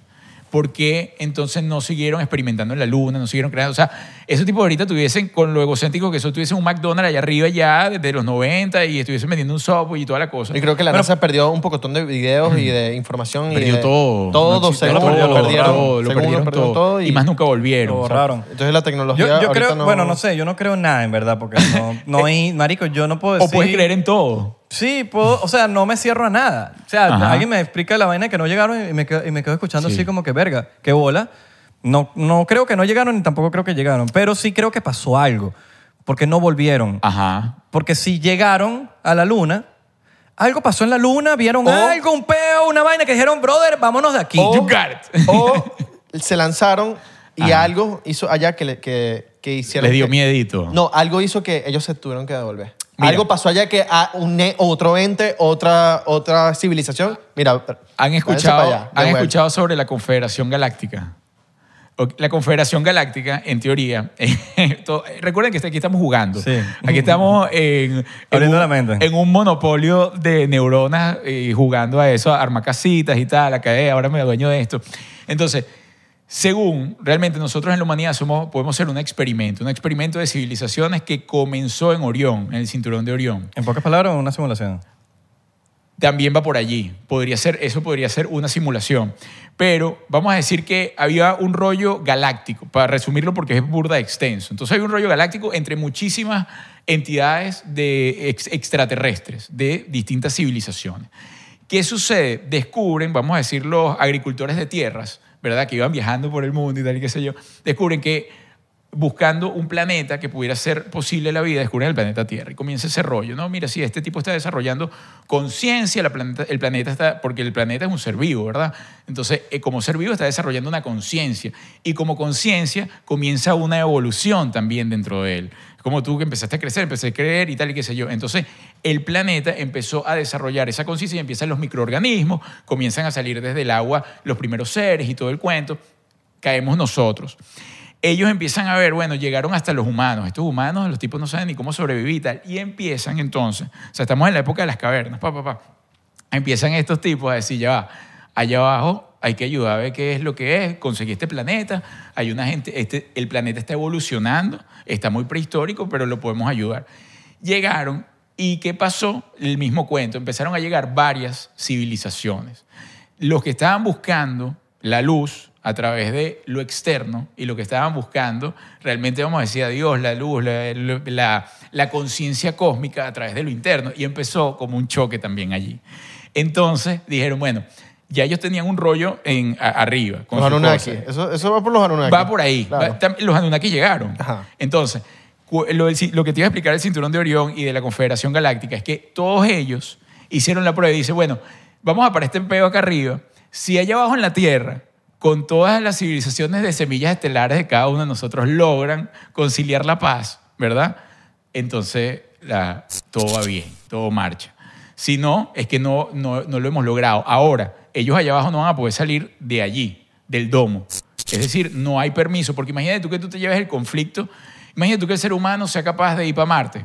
[SPEAKER 2] ¿Por qué entonces no siguieron experimentando en la luna, no siguieron creando? O sea, esos tipos ahorita tuviesen, con lo egocéntrico que eso, tuviesen un McDonald's allá arriba ya desde los 90 y estuviesen vendiendo un software y toda la cosa.
[SPEAKER 3] Y creo que la NASA perdió un pocotón de videos y de información. y
[SPEAKER 2] perdió
[SPEAKER 3] de-
[SPEAKER 2] todo.
[SPEAKER 3] Todo,
[SPEAKER 2] No existe-
[SPEAKER 3] según
[SPEAKER 1] lo
[SPEAKER 3] lo
[SPEAKER 1] borraron,
[SPEAKER 3] perdieron.
[SPEAKER 2] todo, lo
[SPEAKER 3] según
[SPEAKER 2] perdieron todo.
[SPEAKER 3] y,
[SPEAKER 2] Y más nunca volvieron.
[SPEAKER 1] Lo
[SPEAKER 2] o sea,
[SPEAKER 1] borraron.
[SPEAKER 3] Entonces la tecnología.
[SPEAKER 1] Yo, yo
[SPEAKER 3] ahorita
[SPEAKER 1] creo,
[SPEAKER 3] no- Eh,
[SPEAKER 1] bueno, no sé, yo no creo en nada, en verdad, porque no, no hay, marico, yo no puedo decir.
[SPEAKER 2] O puedes creer en todo.
[SPEAKER 1] Sí, puedo, o sea, no me cierro a nada. O sea,
[SPEAKER 2] Ajá.
[SPEAKER 1] alguien me explica la vaina que no llegaron y me quedo, y me quedo escuchando
[SPEAKER 2] Sí.
[SPEAKER 1] así como que verga, qué bola. No, no creo que no llegaron y tampoco creo que llegaron, pero sí creo que pasó algo, porque no volvieron.
[SPEAKER 2] Ah. Ajá.
[SPEAKER 1] Porque si llegaron a la luna, algo pasó en la luna, vieron
[SPEAKER 2] Oh.
[SPEAKER 3] O-
[SPEAKER 1] algo, un peo, una vaina que dijeron, brother, vámonos de aquí.
[SPEAKER 3] O-
[SPEAKER 2] You got it.
[SPEAKER 3] (laughs) O se lanzaron y
[SPEAKER 2] Ajá.
[SPEAKER 3] algo hizo allá que, le- que, que hicieron.
[SPEAKER 2] Les dio
[SPEAKER 3] que-
[SPEAKER 2] miedito.
[SPEAKER 3] No, algo hizo que ellos se tuvieron que devolver.
[SPEAKER 2] Mira.
[SPEAKER 3] Algo pasó allá que a un e- otro ente, otra, otra civilización. Mira,
[SPEAKER 2] ¿Han
[SPEAKER 3] váyanse
[SPEAKER 2] escuchado,
[SPEAKER 3] para allá, de
[SPEAKER 2] ¿han
[SPEAKER 3] vuelta.
[SPEAKER 2] escuchado sobre la Confederación Galáctica? O- La Confederación Galáctica, en teoría, (laughs) eh, to- recuerden que aquí estamos jugando.
[SPEAKER 1] Sí.
[SPEAKER 2] Aquí
[SPEAKER 3] (laughs)
[SPEAKER 2] estamos en, en,
[SPEAKER 1] Abriendo la
[SPEAKER 2] un,
[SPEAKER 1] mente.
[SPEAKER 2] en un monopolio de neuronas eh, jugando a eso, a armar casitas y tal, acá eh, ahora me dueño de esto. Entonces, según realmente nosotros en la humanidad somos, podemos ser un experimento, un experimento de civilizaciones que comenzó en Orión, en el cinturón de Orión
[SPEAKER 1] En pocas palabras, una simulación.
[SPEAKER 2] también va por allí. Podría ser, eso podría ser una simulación. Pero vamos a decir que había un rollo galáctico, para resumirlo porque es burda extenso. Entonces había un rollo galáctico entre muchísimas entidades de ex- extraterrestres de distintas civilizaciones. ¿Qué sucede? Descubren, vamos a decir, los agricultores de tierras, ¿verdad? Que iban viajando por el mundo y tal y qué sé yo. Descubren que buscando un planeta que pudiera ser posible la vida, descubren el planeta Tierra y comienza ese rollo, ¿no? Mira, si este tipo está desarrollando conciencia, la planeta- el planeta está, porque el planeta es un ser vivo, ¿verdad? Entonces, eh, como ser vivo está desarrollando una conciencia y como conciencia comienza una evolución también dentro de él. Como tú que empezaste a crecer, empecé a creer y tal y qué sé yo. Entonces, el planeta empezó a desarrollar esa conciencia y empiezan los microorganismos, comienzan a salir desde el agua los primeros seres y todo el cuento caemos nosotros. Ellos empiezan a ver, bueno, llegaron hasta los humanos. Estos humanos, los tipos no saben ni cómo sobrevivir y tal. Y empiezan entonces, o sea, estamos en la época de las cavernas, pa, pa, pa. Empiezan estos tipos a decir, ya va, allá abajo hay que ayudar a ver qué es lo que es, conseguí este planeta, hay una gente, este, el planeta está evolucionando, está muy prehistórico, pero lo podemos ayudar. Llegaron y ¿qué pasó? El mismo cuento, empezaron a llegar varias civilizaciones los que estaban buscando la luz a través de lo externo y lo que estaban buscando, realmente vamos a decir a Dios, la luz, la, la- la conciencia cósmica a través de lo interno. Y empezó como un choque también allí. Entonces dijeron, bueno, ya ellos tenían un rollo en, a- arriba. Con
[SPEAKER 3] Los
[SPEAKER 2] sus
[SPEAKER 3] Anunnaki.
[SPEAKER 2] cosas.
[SPEAKER 3] Eso, eso va por los Anunnaki.
[SPEAKER 2] Va por ahí.
[SPEAKER 3] Claro.
[SPEAKER 2] Va- tam- los Anunnaki llegaron.
[SPEAKER 3] Ajá.
[SPEAKER 2] Entonces, cu- lo, del ci- lo que te iba a explicar el cinturón de Orión y de la Confederación Galáctica es que todos ellos hicieron la prueba y dice, bueno, vamos a para este peo acá arriba, si allá abajo en la Tierra, con todas las civilizaciones de semillas estelares de cada uno de nosotros logran conciliar la paz, ¿verdad? Entonces la, todo va bien, todo marcha. Si no, es que no, no, no lo hemos logrado. Ahora, ellos allá abajo no van a poder salir de allí, del domo. Es decir, no hay permiso, porque imagínate tú que tú te lleves el conflicto, imagínate tú que el ser humano sea capaz de ir para Marte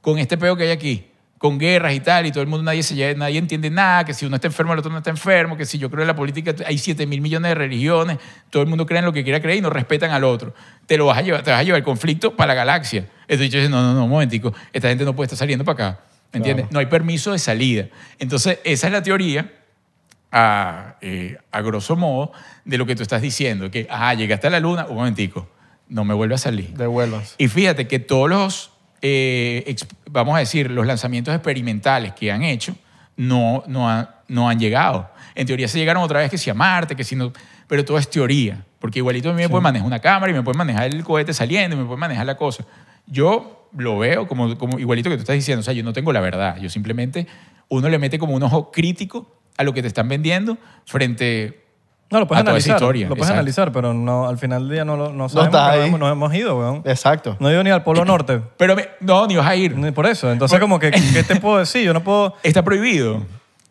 [SPEAKER 2] con este peo que hay aquí, con guerras y tal, y todo el mundo, nadie, se, lleva- nadie entiende nada, que si uno está enfermo, el otro no está enfermo, que si yo creo en la política, hay 7 mil millones de religiones, todo el mundo cree en lo que quiera creer y no respetan al otro. Te lo vas a llevar, te vas a llevar el conflicto para la galaxia. Entonces yo digo, no, no, no, un momentico, esta gente no puede estar saliendo para acá, ¿me ¿entiendes? No hay permiso de salida. Entonces, esa es la teoría a, eh, a grosso modo de lo que tú estás diciendo, que, ah, llegaste a la luna, un momentico, no me vuelve a salir.
[SPEAKER 3] Devuelvas.
[SPEAKER 2] Y fíjate que todos los, eh, ex- vamos a decir, los lanzamientos experimentales que han hecho no, no, han- no han llegado. En teoría se llegaron otra vez que si a Marte, que si no, pero todo es teoría, porque igualito a mí me puede manejar una cámara y me puede manejar el cohete saliendo y me puede manejar la cosa. Yo lo veo como, como igualito que tú estás diciendo, o sea, yo no tengo la verdad, yo simplemente, uno le mete como un ojo crítico a lo que te están vendiendo frente...
[SPEAKER 1] No, lo puedes
[SPEAKER 2] a Ah, toda esa
[SPEAKER 1] analizar.
[SPEAKER 2] historia,
[SPEAKER 1] lo puedes
[SPEAKER 2] exacto.
[SPEAKER 1] analizar, pero no, al final del día no, lo- no sabemos.
[SPEAKER 3] estás
[SPEAKER 1] porque
[SPEAKER 3] ahí.
[SPEAKER 1] Nos, hemos, nos hemos ido, weón.
[SPEAKER 3] Exacto.
[SPEAKER 1] No he ido ni al
[SPEAKER 2] (clears throat)
[SPEAKER 1] Polo Norte.
[SPEAKER 2] Pero me- no, ni vas a ir.
[SPEAKER 1] Ni por eso. Entonces, como que, ¿qué te puedo decir? Yo no puedo.
[SPEAKER 2] Está prohibido.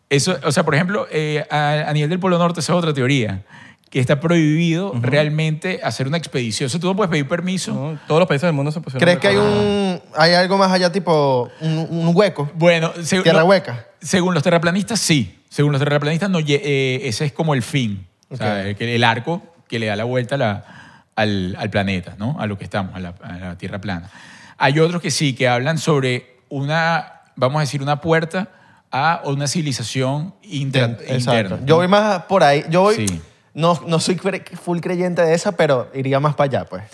[SPEAKER 2] Eso, o sea, por ejemplo, eh, a, a nivel del Polo Norte, esa es otra teoría, que está prohibido realmente hacer una expedición. O sea, tú no puedes pedir permiso.
[SPEAKER 1] ¿no? Todos los países del mundo se pusieron.
[SPEAKER 3] ¿Crees
[SPEAKER 1] de
[SPEAKER 3] que hay
[SPEAKER 1] acuerdo.
[SPEAKER 3] un hay algo más allá tipo un, un hueco?
[SPEAKER 2] Bueno, se-
[SPEAKER 3] Tierra
[SPEAKER 2] no-
[SPEAKER 3] hueca.
[SPEAKER 2] Según los terraplanistas, sí. Según los terraplanistas, no, lle- eh, ese es como el fin. O sea,
[SPEAKER 3] Ok.
[SPEAKER 2] el, que- el arco que le da la vuelta a la- al, al planeta, ¿no? A lo que estamos, a la, a la Tierra plana. Hay otros que sí, que hablan sobre una, vamos a decir, una puerta a una civilización inter- interna.
[SPEAKER 3] Yo voy más por ahí. Yo voy
[SPEAKER 2] Sí.
[SPEAKER 3] no, no soy cre- full creyente de esa, pero iría más para allá, pues.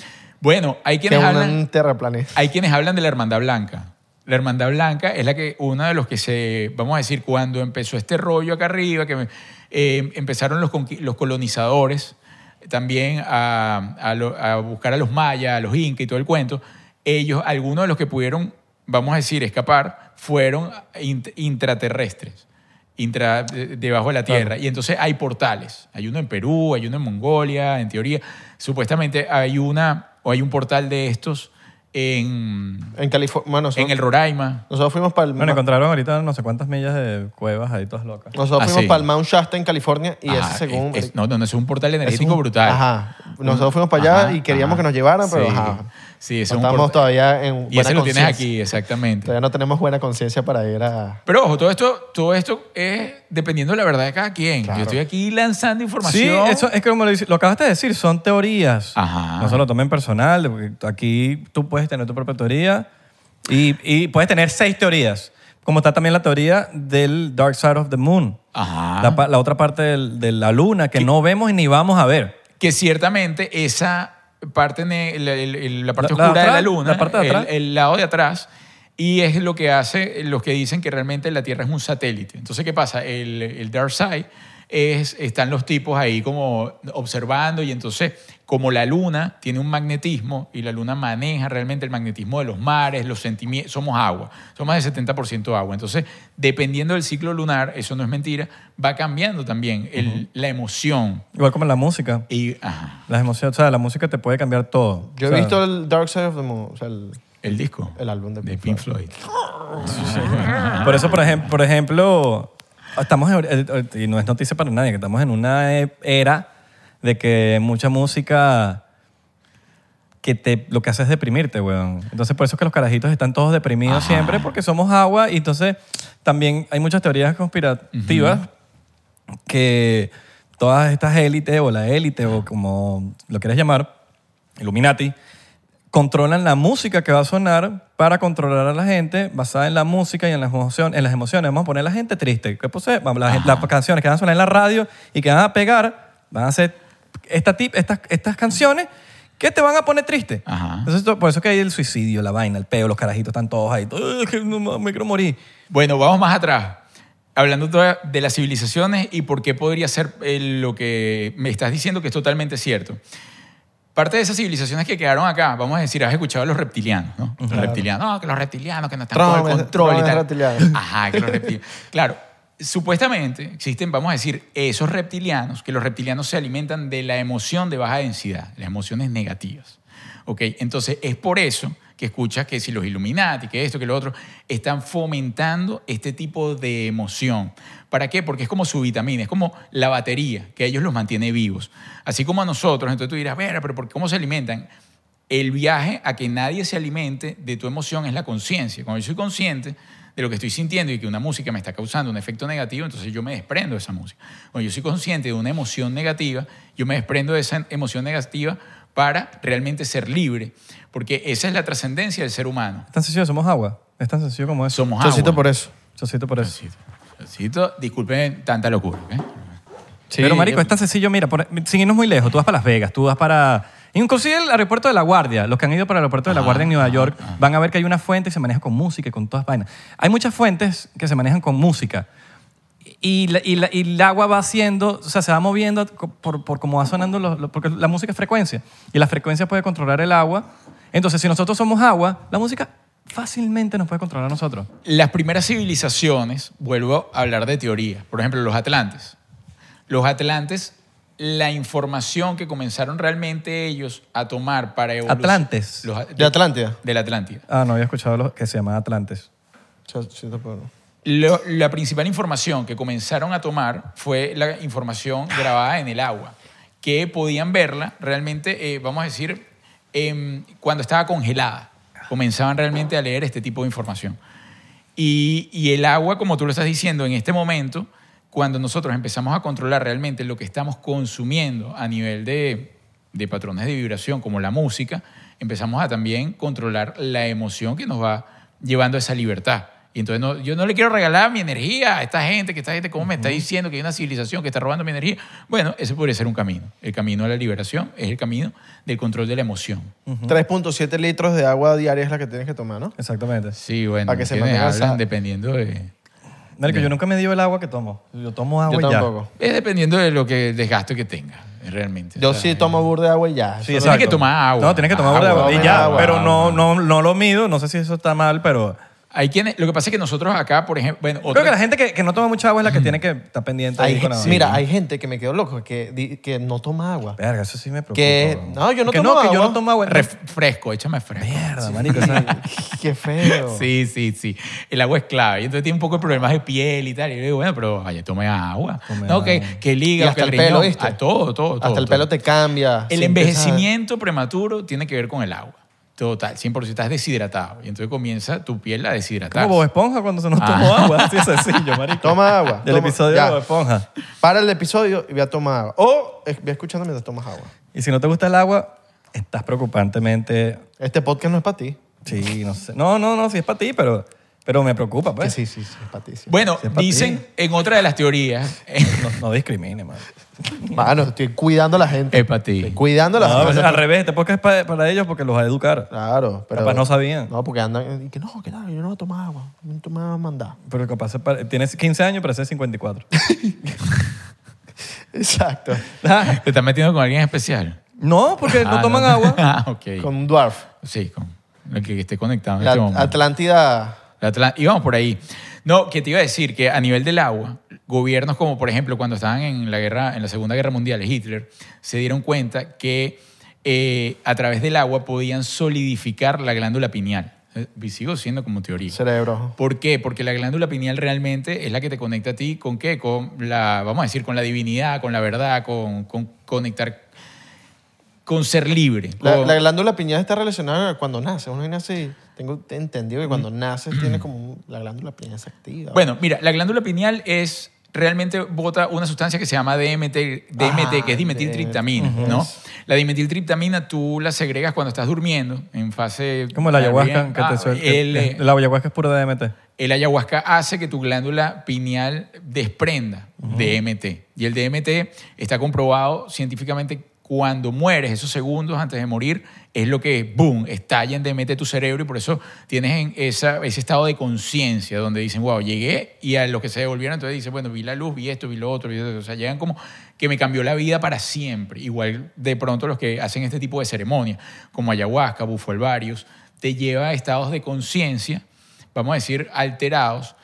[SPEAKER 2] Bueno, hay
[SPEAKER 3] Que
[SPEAKER 2] quienes hablan...
[SPEAKER 3] un terraplaneta.
[SPEAKER 2] Hay quienes hablan de la Hermandad Blanca. La Hermandad Blanca es la que, uno de los que se, vamos a decir, cuando empezó este rollo acá arriba, que eh, empezaron los, conqui- los colonizadores también a, a lo- a buscar a los mayas, a los incas y todo el cuento, ellos, algunos de los que pudieron, vamos a decir, escapar, fueron int- intraterrestres intra- de- debajo de la tierra. Y entonces hay portales. Hay uno en Perú, hay uno en Mongolia, en teoría. Supuestamente hay una o hay un portal de estos en,
[SPEAKER 3] En California. Bueno, nosotros,
[SPEAKER 2] en el Roraima.
[SPEAKER 3] nosotros fuimos para el
[SPEAKER 1] Bueno, encontraron ahorita no sé cuántas millas de cuevas ahí todas locas.
[SPEAKER 3] nosotros
[SPEAKER 2] Ah,
[SPEAKER 3] fuimos
[SPEAKER 2] sí.
[SPEAKER 3] para el Mount Shasta en California y
[SPEAKER 2] Ah,
[SPEAKER 3] ese según
[SPEAKER 2] es- es- no, no, no, es un portal energético
[SPEAKER 3] un-
[SPEAKER 2] brutal.
[SPEAKER 3] Ajá. Nosotros fuimos para allá
[SPEAKER 2] Ajá,
[SPEAKER 3] y queríamos
[SPEAKER 2] ajá.
[SPEAKER 3] que nos llevaran, pero
[SPEAKER 2] Sí.
[SPEAKER 3] ajá.
[SPEAKER 2] Sí, ese es un
[SPEAKER 3] Estamos
[SPEAKER 2] portal.
[SPEAKER 3] todavía en
[SPEAKER 2] Y
[SPEAKER 3] buena
[SPEAKER 2] ese lo tienes
[SPEAKER 3] conciencia.
[SPEAKER 2] aquí, exactamente.
[SPEAKER 3] Todavía no tenemos buena conciencia para ir a...
[SPEAKER 2] Pero ojo, todo esto, todo esto es dependiendo de la verdad de cada quien. Yo estoy aquí lanzando
[SPEAKER 1] Sí,
[SPEAKER 2] información.
[SPEAKER 1] eso es que como lo, dice- lo acabaste de decir, son teorías.
[SPEAKER 2] Ajá.
[SPEAKER 1] No se lo tomen personal, porque aquí tú puedes tener tu propia teoría y, y puedes tener seis teorías, como está también la teoría del Dark Side of the Moon,
[SPEAKER 2] Ajá.
[SPEAKER 1] la, pa- la otra parte del- de la luna que no vemos Ah. y ni vamos a ver.
[SPEAKER 2] que ciertamente esa parte, ne- la, el- el- la parte
[SPEAKER 1] La- la
[SPEAKER 2] oscura de la
[SPEAKER 1] atrás,
[SPEAKER 2] luna,
[SPEAKER 1] la parte de
[SPEAKER 2] el-
[SPEAKER 1] atrás.
[SPEAKER 2] El, lado de atrás, y es lo que hace, los que dicen que realmente la Tierra es un satélite. Entonces, ¿qué pasa? El, el Dark Side es, están los tipos ahí como observando y entonces como la luna tiene un magnetismo y la luna maneja realmente el magnetismo de los mares, los sentimientos, somos agua, somos del 70% agua. Entonces, dependiendo del ciclo lunar, eso no es mentira, va cambiando también el- la emoción.
[SPEAKER 1] Igual como en la música.
[SPEAKER 2] Y, ajá.
[SPEAKER 1] Las emociones, o sea, la música te puede cambiar todo.
[SPEAKER 3] Yo
[SPEAKER 1] O
[SPEAKER 3] he
[SPEAKER 1] sea,
[SPEAKER 3] visto el Dark Side of the Moon. O sea, el...
[SPEAKER 2] El disco.
[SPEAKER 3] El álbum de Pink
[SPEAKER 2] Floyd.
[SPEAKER 1] Por eso, por, ejem- por ejemplo, estamos, en- eh, y no es noticia para nadie, que estamos en una e- era de que mucha música que te, lo que hace es deprimirte, weón. Entonces, por eso es que los carajitos están todos deprimidos
[SPEAKER 2] Ajá.
[SPEAKER 1] siempre, porque somos agua, y entonces también hay muchas teorías conspirativas que todas estas élites, o la élite, o como lo quieras llamar, Illuminati, controlan la música que va a sonar para controlar a la gente basada en la música y en las emociones. En las emociones. Vamos a poner a la gente triste. ¿Qué posee? Vamos, la gente- las canciones que van a sonar en la radio y que van a pegar van a ser esta tip, estas, estas canciones que te van a poner triste.
[SPEAKER 2] Ajá.
[SPEAKER 1] Entonces, to- por eso que hay el suicidio, la vaina, el peo, los carajitos están todos ahí. "Ay, que no mames, me quiero morir.
[SPEAKER 2] Bueno, vamos más atrás. Hablando toda- de las civilizaciones y por qué podría ser eh, lo que me estás diciendo que es totalmente cierto. Parte de esas civilizaciones que quedaron acá, vamos a decir, has escuchado a los reptilianos, ¿no? Los reptilianos, no, que los reptilianos que no están
[SPEAKER 3] Trump
[SPEAKER 2] bajo el
[SPEAKER 3] es-
[SPEAKER 2] control
[SPEAKER 3] Trump
[SPEAKER 2] y
[SPEAKER 3] es
[SPEAKER 2] tal.
[SPEAKER 3] reptiliano.
[SPEAKER 2] Ajá, que los reptilianos. Claro, Supuestamente existen, vamos a decir, esos reptilianos, que los reptilianos se alimentan de la emoción de baja densidad, las emociones negativas. ¿Ok? Entonces, es por eso que escuchas que si los Illuminati, que esto, que lo otro, están fomentando este tipo de emoción. ¿Para qué? Porque es como su vitamina, es como la batería que a ellos los mantiene vivos. Así como a nosotros, entonces tú dirás, "Vera, pero ¿por qué- ¿cómo se alimentan? El viaje a que nadie se alimente de tu emoción es la conciencia. Cuando yo soy consciente de lo que estoy sintiendo y que una música me está causando un efecto negativo, entonces yo me desprendo de esa música. Cuando yo soy consciente de una emoción negativa, yo me desprendo de esa emoción negativa para realmente ser libre, porque esa es la trascendencia del ser humano.
[SPEAKER 1] Es tan sencillo, somos agua. Es tan sencillo como eso.
[SPEAKER 2] Somos
[SPEAKER 3] Chocito
[SPEAKER 2] agua.
[SPEAKER 3] por eso.
[SPEAKER 1] Chocito por eso.
[SPEAKER 2] Chocito. Chocito, disculpen tanta locura. ¿ok?
[SPEAKER 1] Pero, marico, es tan sencillo. Mira, por- sin irnos muy lejos, tú vas para Las Vegas, tú vas para... Inclusive el aeropuerto de La Guardia. Los que han ido para el aeropuerto de La Guardia en Nueva York van a ver que hay una fuente y se maneja con música y con todas vainas. Hay muchas fuentes que se manejan con música. Y, la- y la- y el agua va haciendo, o sea, se va moviendo co- por, por cómo va sonando, los- los- porque la música es frecuencia. Y la frecuencia puede controlar el agua. Entonces, si nosotros somos agua, la música fácilmente nos puede controlar a nosotros.
[SPEAKER 2] Las primeras civilizaciones, vuelvo a hablar de teoría, por ejemplo, los atlantes. Los atlantes, la información que comenzaron realmente ellos a tomar para evolucionar.
[SPEAKER 1] Atlantes.
[SPEAKER 2] Los, a-
[SPEAKER 3] De Atlántida.
[SPEAKER 2] de la Atlántida.
[SPEAKER 1] Ah, no había escuchado lo que se llama Atlantes.
[SPEAKER 3] Chocito por eso.
[SPEAKER 2] Lo- la principal información que comenzaron a tomar fue la información grabada en el agua, que podían verla realmente, eh, vamos a decir, em, cuando estaba congelada. Comenzaban realmente a leer este tipo de información. Y, y el agua, como tú lo estás diciendo, en este momento, cuando nosotros empezamos a controlar realmente lo que estamos consumiendo a nivel de, de patrones de vibración, como la música, empezamos a también controlar la emoción que nos va llevando a esa libertad. Y entonces no- yo no le quiero regalar mi energía a esta gente, que esta gente, ¿cómo me está diciendo que hay una civilización que está robando mi energía? Bueno, ese podría ser un camino. El camino a la liberación es el camino del control de la emoción.
[SPEAKER 3] 3.7 litros de agua diaria es la que tienes que tomar, ¿no?
[SPEAKER 1] Exactamente.
[SPEAKER 2] Sí, bueno,
[SPEAKER 3] Para que se
[SPEAKER 2] ¿quiénes
[SPEAKER 3] mantenga esa-
[SPEAKER 2] hablan dependiendo de...
[SPEAKER 1] Marico, yo nunca me dio el agua que tomo. Yo tomo
[SPEAKER 2] Ah,
[SPEAKER 1] agua
[SPEAKER 3] Yo
[SPEAKER 1] y ya.
[SPEAKER 3] tampoco.
[SPEAKER 2] Es dependiendo de lo que el desgaste que tenga, realmente.
[SPEAKER 3] Yo
[SPEAKER 2] O sea,
[SPEAKER 3] sí tomo burro de agua y ya.
[SPEAKER 1] Sí,
[SPEAKER 3] Eso
[SPEAKER 2] Tienes
[SPEAKER 1] exacto.
[SPEAKER 2] que tomar agua.
[SPEAKER 1] No, tienes que tomar agua,
[SPEAKER 2] Agua,
[SPEAKER 1] y
[SPEAKER 3] agua,
[SPEAKER 1] ya.
[SPEAKER 3] agua,
[SPEAKER 1] pero no,
[SPEAKER 2] agua.
[SPEAKER 1] no, no lo mido. No sé si eso está mal, pero...
[SPEAKER 2] Hay quienes, lo que pasa es que nosotros acá, por ejemplo, bueno, otra-
[SPEAKER 1] Creo que la gente que, que no toma mucha agua es la que tiene que estar pendiente ahí
[SPEAKER 3] Hay gen-
[SPEAKER 1] con la
[SPEAKER 3] mira, hay gente que me quedó loco que, di- que no
[SPEAKER 2] (laughs)
[SPEAKER 3] toma agua.
[SPEAKER 1] Verga, eso sí me preocupa.
[SPEAKER 3] Que-
[SPEAKER 1] weón.
[SPEAKER 3] no, yo no
[SPEAKER 1] que
[SPEAKER 3] tomo
[SPEAKER 1] no, Que yo
[SPEAKER 3] agua.
[SPEAKER 1] no tomo agua.
[SPEAKER 2] refresco, échame fresco.
[SPEAKER 1] Mierda, marico. o
[SPEAKER 3] (laughs)
[SPEAKER 1] sea,
[SPEAKER 3] Qué feo.
[SPEAKER 2] Sí, sí, sí. El agua es clave. Y entonces tiene un poco de problemas de piel y tal. Y yo digo, bueno, pero vaya, tome agua.
[SPEAKER 1] Tome
[SPEAKER 2] no, Que,
[SPEAKER 1] agua.
[SPEAKER 2] que el
[SPEAKER 3] Y
[SPEAKER 2] hígado,
[SPEAKER 3] hasta
[SPEAKER 2] que
[SPEAKER 3] el
[SPEAKER 2] riñón.
[SPEAKER 3] pelo, ¿viste?
[SPEAKER 2] Ah, todo, todo,
[SPEAKER 3] Hasta
[SPEAKER 2] todo,
[SPEAKER 3] el
[SPEAKER 2] todo.
[SPEAKER 3] pelo te cambia.
[SPEAKER 2] El
[SPEAKER 3] Sí,
[SPEAKER 2] envejecimiento prematuro tiene que ver con el agua. Total, 100% estás deshidratado. Y entonces comienza tu piel a deshidratarse.
[SPEAKER 1] como Bob Esponja cuando se nos
[SPEAKER 2] Ah.
[SPEAKER 1] tomó agua. Así es
[SPEAKER 3] (laughs)
[SPEAKER 1] sencillo, marico.
[SPEAKER 3] Toma agua,
[SPEAKER 1] Del
[SPEAKER 3] toma-
[SPEAKER 1] episodio
[SPEAKER 3] ya.
[SPEAKER 1] de Bob Esponja.
[SPEAKER 3] empiezas a- Para el episodio y voy a tomar agua. O eh, voy escuchando mientras tomas agua.
[SPEAKER 1] Y si no te gusta el agua, estás preocupantemente...
[SPEAKER 3] Este podcast no es para ti.
[SPEAKER 1] Sí, no sé. No, no, no, sí es para ti, pero, pero me preocupa,
[SPEAKER 3] Que
[SPEAKER 1] pues.
[SPEAKER 3] sí, sí, sí, es para ti. sí.
[SPEAKER 2] Bueno,
[SPEAKER 1] Sí, es para ti.
[SPEAKER 2] dicen en otra de las teorías. (laughs)
[SPEAKER 1] No, no discrimine, man.
[SPEAKER 3] Mano, estoy cuidando a la gente.
[SPEAKER 2] Es pa' ti.
[SPEAKER 3] Estoy cuidando a la
[SPEAKER 1] No,
[SPEAKER 3] gente.
[SPEAKER 1] al revés, este podcast es pa- para, ellos porque los va a educar.
[SPEAKER 3] Claro, pero.
[SPEAKER 1] Capaz no sabían.
[SPEAKER 3] No, porque andan. Y que no, que nada, yo no voy a tomar agua. No tomaba mandar.
[SPEAKER 1] Pero capaz se pare- tienes 15 años para ser 54.
[SPEAKER 3] (laughs) Exacto.
[SPEAKER 2] ¿Te estás metiendo con alguien especial?
[SPEAKER 1] no, porque no
[SPEAKER 2] Ah,
[SPEAKER 1] toman agua.
[SPEAKER 2] (laughs) Ah, ok.
[SPEAKER 3] Con un dwarf.
[SPEAKER 2] Sí, con el que esté conectado en
[SPEAKER 3] La
[SPEAKER 2] este momento.
[SPEAKER 3] Atlántida.
[SPEAKER 2] La Atlan- y vamos por ahí. No, que te iba a decir que a nivel del agua, gobiernos como por ejemplo cuando estaban en la, guerra, en la Segunda Guerra Mundial, Hitler, se dieron cuenta que eh, a través del agua podían solidificar la glándula pineal. Eh, Y sigo siendo como teoría.
[SPEAKER 3] Cerebro.
[SPEAKER 2] ¿Por qué? Porque la glándula pineal realmente es la que te conecta a ti con qué? Con la, vamos a decir, con la divinidad, con la verdad, con, con conectar, con ser libre.
[SPEAKER 3] La,
[SPEAKER 2] con-
[SPEAKER 3] la glándula pineal está relacionada a cuando nace. Uno nace, tengo entendido que cuando naces tiene como un- la glándula pineal se activa.
[SPEAKER 2] Mm. Bueno, mira, la glándula pineal es realmente bota una sustancia que se llama DMT,
[SPEAKER 1] Ah,
[SPEAKER 2] DMT que es dimetiltriptamina, ¿no? La dimetiltriptamina tú la segregas cuando estás durmiendo en fase
[SPEAKER 1] (laughs) Como la ayahuasca que te
[SPEAKER 2] Ah,
[SPEAKER 1] suelta. que-
[SPEAKER 2] el-
[SPEAKER 1] que- La ayahuasca es puro DMT.
[SPEAKER 2] el ayahuasca hace que tu glándula pineal desprenda DMT. Y el DMT está comprobado científicamente cuando mueres, esos segundos antes de morir, es lo que, boom, estalla en DMT tu cerebro y por eso tienes en esa, ese estado de conciencia donde dicen, wow, llegué y a los que se devolvieron entonces dicen, bueno, vi la luz, vi esto, vi lo otro, vi esto. o sea, llegan como que me cambió la vida para siempre. Igual de pronto los que hacen este tipo de ceremonias, como ayahuasca, bufolvarios, te lleva a estados de conciencia vamos a decir, alterados,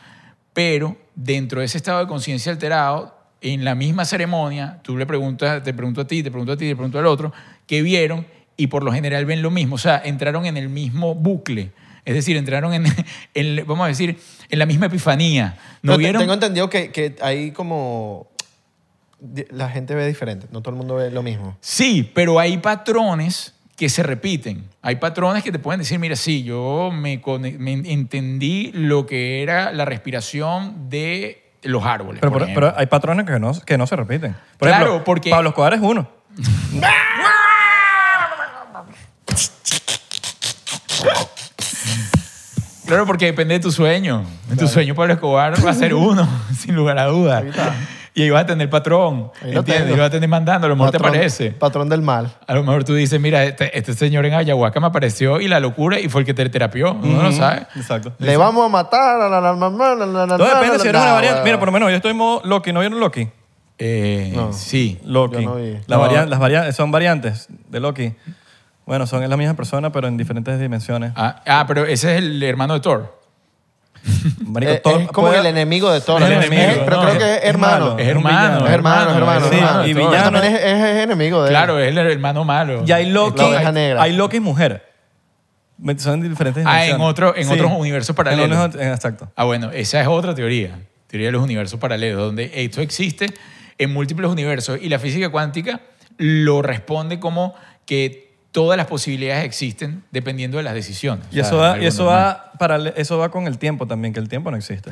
[SPEAKER 2] pero dentro de ese estado de conciencia alterado, en la misma ceremonia, tú le preguntas, te pregunto a ti, te pregunto a ti, te pregunto al otro, ¿qué vieron? Y por lo general ven lo mismo, o sea, entraron en el mismo bucle. Es decir, entraron en, (laughs) en, vamos a decir, en la misma epifanía. ¿No
[SPEAKER 3] Pero te-
[SPEAKER 2] vieron?
[SPEAKER 3] Tengo entendido que, que hay como... di- La gente ve diferente, no todo el mundo ve lo mismo.
[SPEAKER 2] Sí, pero hay patrones que se repiten. Hay patrones que te pueden decir, mira, sí, yo me, cone- me entendí lo que era la respiración de los árboles.
[SPEAKER 1] Pero,
[SPEAKER 2] por
[SPEAKER 1] por-
[SPEAKER 2] ejemplo.
[SPEAKER 1] pero hay patrones que no, que no se repiten. Por
[SPEAKER 2] Claro,
[SPEAKER 1] ejemplo,
[SPEAKER 2] porque-
[SPEAKER 1] Pablo Escobar es uno.
[SPEAKER 2] Claro, porque depende de tu sueño. En tu sueño Pablo Escobar va a ser uno, (laughs) sin lugar a dudas.
[SPEAKER 3] Ahí está.
[SPEAKER 2] Y ahí vas a tener patrón.
[SPEAKER 3] Ahí lo
[SPEAKER 2] ¿Entiendes?
[SPEAKER 3] tengo.
[SPEAKER 2] Y vas a tener mandando, a lo mejor te parece.
[SPEAKER 3] Patrón del mal.
[SPEAKER 2] A lo mejor tú dices, mira, este, este señor en Ayahuasca me apareció y la locura y fue el que te terapió. Uno no lo sabe.
[SPEAKER 1] Exacto.
[SPEAKER 3] Le vamos a matar a la la mamá. la- la- la-
[SPEAKER 1] Todo
[SPEAKER 3] la-
[SPEAKER 1] depende
[SPEAKER 3] la-
[SPEAKER 1] si eres
[SPEAKER 3] la-
[SPEAKER 1] una
[SPEAKER 3] nah,
[SPEAKER 1] variante.
[SPEAKER 3] weón.
[SPEAKER 1] Mira, por lo menos yo estoy en modo Loki. ¿No vieron Loki?
[SPEAKER 2] Eh,
[SPEAKER 3] No.
[SPEAKER 2] Sí.
[SPEAKER 1] Loki.
[SPEAKER 3] Yo no vi.
[SPEAKER 1] La
[SPEAKER 2] No.
[SPEAKER 1] varia- las variantes son variantes de Loki. Bueno, son la misma persona, pero en diferentes dimensiones.
[SPEAKER 2] Ah, ah, pero ese es el hermano de Thor.
[SPEAKER 1] Marico,
[SPEAKER 3] Eh,
[SPEAKER 1] todo-
[SPEAKER 3] es como
[SPEAKER 1] puede-
[SPEAKER 3] el enemigo de Thor.
[SPEAKER 1] El
[SPEAKER 3] Es-
[SPEAKER 1] enemigo,
[SPEAKER 3] pero
[SPEAKER 1] no,
[SPEAKER 3] creo
[SPEAKER 1] es-
[SPEAKER 3] que es
[SPEAKER 1] es
[SPEAKER 3] hermano.
[SPEAKER 1] malo.
[SPEAKER 2] Es
[SPEAKER 1] Es un
[SPEAKER 2] hermano.
[SPEAKER 1] villano.
[SPEAKER 2] es hermano,
[SPEAKER 3] Hermano, hermano,
[SPEAKER 1] Sí,
[SPEAKER 3] hermano.
[SPEAKER 1] y
[SPEAKER 2] de Thor.
[SPEAKER 3] Pero
[SPEAKER 1] villano.
[SPEAKER 3] También es, es- es enemigo de él.
[SPEAKER 2] Claro, es el hermano malo.
[SPEAKER 1] Ya hay Loki.
[SPEAKER 3] La oveja negra.
[SPEAKER 1] Hay Loki es mujer. Me- Son en diferentes
[SPEAKER 2] Ah,
[SPEAKER 1] dimensiones.
[SPEAKER 2] en otro- en otros universos
[SPEAKER 1] En
[SPEAKER 2] paralelos.
[SPEAKER 1] otros- en- exacto.
[SPEAKER 2] Ah, bueno, esa es otra teoría. Teoría de los universos paralelos, donde esto existe en múltiples universos y la física cuántica lo responde como que todas las posibilidades existen dependiendo de las decisiones.
[SPEAKER 1] Y
[SPEAKER 2] O sea,
[SPEAKER 1] eso va,
[SPEAKER 2] algo
[SPEAKER 1] y eso
[SPEAKER 2] normal.
[SPEAKER 1] va, parale- eso va con el tiempo también, que el tiempo no existe.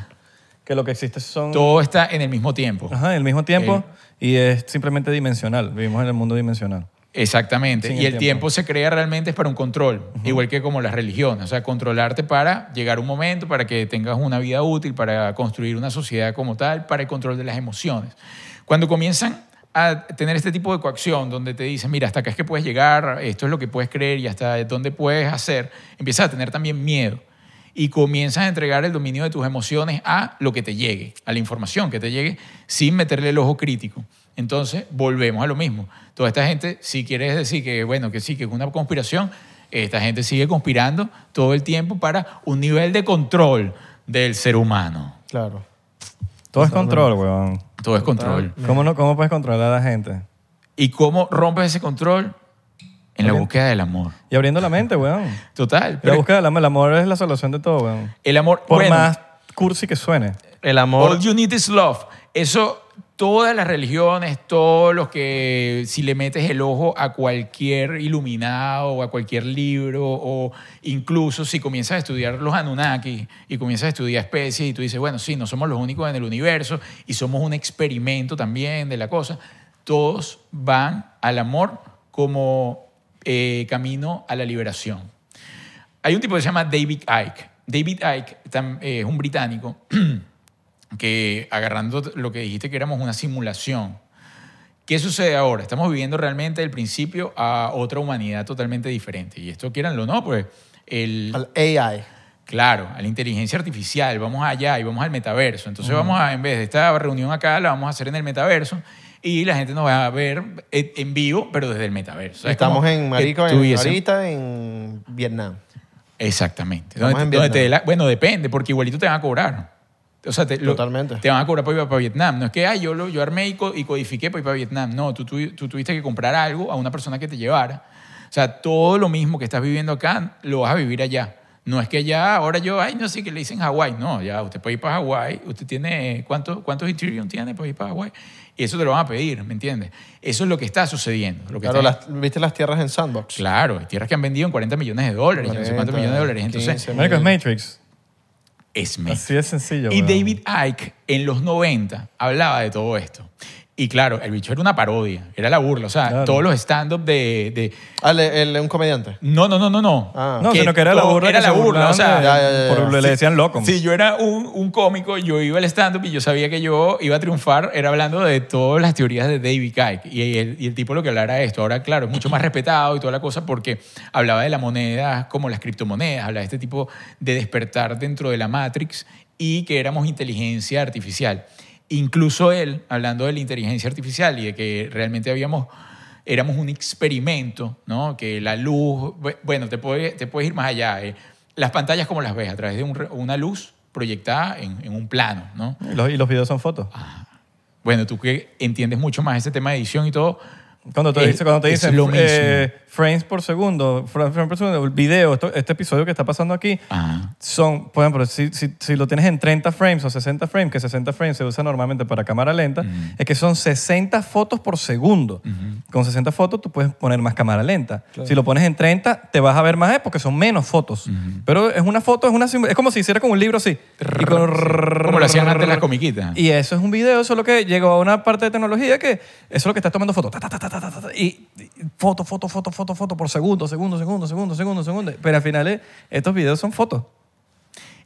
[SPEAKER 1] Que lo que existe son...
[SPEAKER 2] Todo está en el mismo tiempo.
[SPEAKER 1] Ajá, en el mismo tiempo y es simplemente dimensional. Vivimos en el mundo dimensional.
[SPEAKER 2] Exactamente.
[SPEAKER 1] Sin
[SPEAKER 2] y
[SPEAKER 1] el
[SPEAKER 2] el
[SPEAKER 1] tiempo.
[SPEAKER 2] tiempo. se crea realmente es para un control, igual que como las religiones. O sea, controlarte para llegar a un momento, para que tengas una vida útil, para construir una sociedad como tal, para el control de las emociones. Cuando comienzan a tener este tipo de coacción, donde te dicen, mira, hasta acá es que puedes llegar, esto es lo que puedes creer y hasta dónde puedes hacer, empiezas a tener también miedo y comienzas a entregar el dominio de tus emociones a lo que te llegue, a la información que te llegue, sin meterle el ojo crítico. Entonces, volvemos a lo mismo. Toda esta gente, si quieres decir que, bueno, que sí, que es una conspiración, esta gente sigue conspirando todo el tiempo para un nivel de control del ser humano.
[SPEAKER 3] Claro.
[SPEAKER 1] Todo es control, weón.
[SPEAKER 2] Todo es control.
[SPEAKER 1] ¿Cómo, no, ¿Cómo puedes controlar a la gente?
[SPEAKER 2] ¿Y cómo rompes ese control? En la
[SPEAKER 1] Ok.
[SPEAKER 2] búsqueda del amor.
[SPEAKER 1] Y abriendo la mente, weón.
[SPEAKER 2] Total.
[SPEAKER 1] La
[SPEAKER 2] pero
[SPEAKER 1] búsqueda del amor, el amor es la solución de todo, weón.
[SPEAKER 2] el amor,
[SPEAKER 1] Por
[SPEAKER 2] bueno,
[SPEAKER 1] más cursi que suene.
[SPEAKER 3] El
[SPEAKER 2] All you need is love. Eso, todas las religiones, todos los que si le metes el ojo a cualquier iluminado o a cualquier libro o incluso si comienzas a estudiar los Anunnaki y comienzas a estudiar especies y tú dices, bueno, sí, no somos los únicos en el universo y somos un experimento también de la cosa, todos van al amor como eh, camino a la liberación. Hay un tipo que se llama David Icke. David Icke tam- eh, es un británico que agarrando lo que dijiste que éramos una simulación. ¿Qué sucede ahora? Estamos viviendo realmente del principio a otra humanidad totalmente diferente. Y esto quieranlo o no, pues el,
[SPEAKER 3] Al AI.
[SPEAKER 2] Claro, a la inteligencia artificial, vamos allá y vamos al metaverso. Entonces vamos a, en vez de esta reunión acá, la vamos a hacer en el metaverso y la gente nos va a ver eh, en vivo, pero desde el metaverso. O sea, es
[SPEAKER 3] Estamos
[SPEAKER 2] como
[SPEAKER 3] en
[SPEAKER 2] que
[SPEAKER 3] Marico, en-
[SPEAKER 2] tuviésemos-
[SPEAKER 3] ahorita en Vietnam.
[SPEAKER 2] Exactamente.
[SPEAKER 3] Estamos
[SPEAKER 2] Donde-
[SPEAKER 3] en
[SPEAKER 2] donde te
[SPEAKER 3] Vietnam.
[SPEAKER 2] dé la- bueno, depende, porque igualito te van a cobrar. O sea, te, lo-
[SPEAKER 3] Totalmente.
[SPEAKER 2] te van a cobrar para ir para Vietnam. No es que, ah, yo, lo, yo armé y, co- y codifiqué para ir para Vietnam. No, tú, tu- tú tuviste que comprar algo a una persona que te llevara. O sea, todo lo mismo que estás viviendo acá, lo vas a vivir allá. No es que ya, ahora yo, ay, no sé qué le dicen Hawái. No, ya, usted puede ir para Hawái. Usted tiene, ¿cuánto, ¿cuántos Ethereum tiene para ir para Hawái? Y eso te lo van a pedir, ¿me entiendes? Eso es lo que está sucediendo. Lo que
[SPEAKER 3] Claro,
[SPEAKER 2] está-
[SPEAKER 3] las- ¿viste las tierras en Sandbox?
[SPEAKER 2] Claro, hay tierras que han vendido en 40 millones de dólares, yo no sé cuántos
[SPEAKER 3] 40,
[SPEAKER 2] millones de dólares. Entonces,
[SPEAKER 3] 15.
[SPEAKER 1] Marico, es Matrix.
[SPEAKER 2] es meta.
[SPEAKER 1] Así de sencillo,
[SPEAKER 2] Y
[SPEAKER 1] weón.
[SPEAKER 2] David Icke en los 90 hablaba de todo esto. Y claro, el bicho era una parodia, era la burla. O sea,
[SPEAKER 1] Claro.
[SPEAKER 2] todos los stand-up de, de-
[SPEAKER 3] Ah, le- el- un comediante.
[SPEAKER 2] No, no, no, no, no.
[SPEAKER 3] Ah.
[SPEAKER 1] No, sino que era la
[SPEAKER 2] todo-
[SPEAKER 1] burla.
[SPEAKER 2] Era
[SPEAKER 1] que
[SPEAKER 2] la
[SPEAKER 1] se
[SPEAKER 2] burla, o sea...
[SPEAKER 1] burlaban de-
[SPEAKER 3] Ya, ya, ya, ya.
[SPEAKER 1] por- le decían loco.
[SPEAKER 2] Si yo era un, un cómico, yo iba al stand-up y yo sabía que yo iba a triunfar, era hablando de todas las teorías de David Icke. Y el, y el tipo lo que hablaba era esto. Ahora, claro, es mucho más respetado y toda la cosa porque hablaba de la moneda como las criptomonedas, hablaba de este tipo de despertar dentro de la Matrix y que éramos inteligencia artificial. Incluso él, hablando de la inteligencia artificial y de que realmente habíamos éramos un experimento, ¿no? Que la luz, bu- bueno, te puede- te puedes ir más allá. eh. Las pantallas como las ves, a través de un re- una luz proyectada en, en un plano, ¿no?
[SPEAKER 1] Y los, y los videos son fotos.
[SPEAKER 2] Ah. Bueno, tú que entiendes mucho más ese tema de edición y todo.
[SPEAKER 1] Cuando te,
[SPEAKER 2] es-
[SPEAKER 1] dice- cuando te
[SPEAKER 2] es
[SPEAKER 1] dicen
[SPEAKER 2] lo mismo.
[SPEAKER 1] eh, frames por segundo, fra- frames por segundo, el video, esto- este episodio que está pasando aquí,
[SPEAKER 2] Ajá.
[SPEAKER 1] son, por ejemplo, si, si, si lo tienes en 30 frames o 60 frames, que 60 frames se usa normalmente para cámara lenta, es que son 60 fotos por segundo. Con 60 fotos tú puedes poner más cámara lenta. Si lo pones en 30, te vas a ver más eh, porque son menos fotos. Pero es una foto, es una sim- es como si hiciera con un libro así. Y con-
[SPEAKER 2] Como lo hacían antes las comiquitas.
[SPEAKER 1] y eso es un video, solo que llegó a una parte de tecnología que eso es lo que estás tomando foto. ta, ta, ta, ta, ta, ta, ta, y, y foto, foto, foto, foto, foto por segundo, segundo, segundo, segundo, segundo, segundo. Pero al final eh, estos videos son fotos.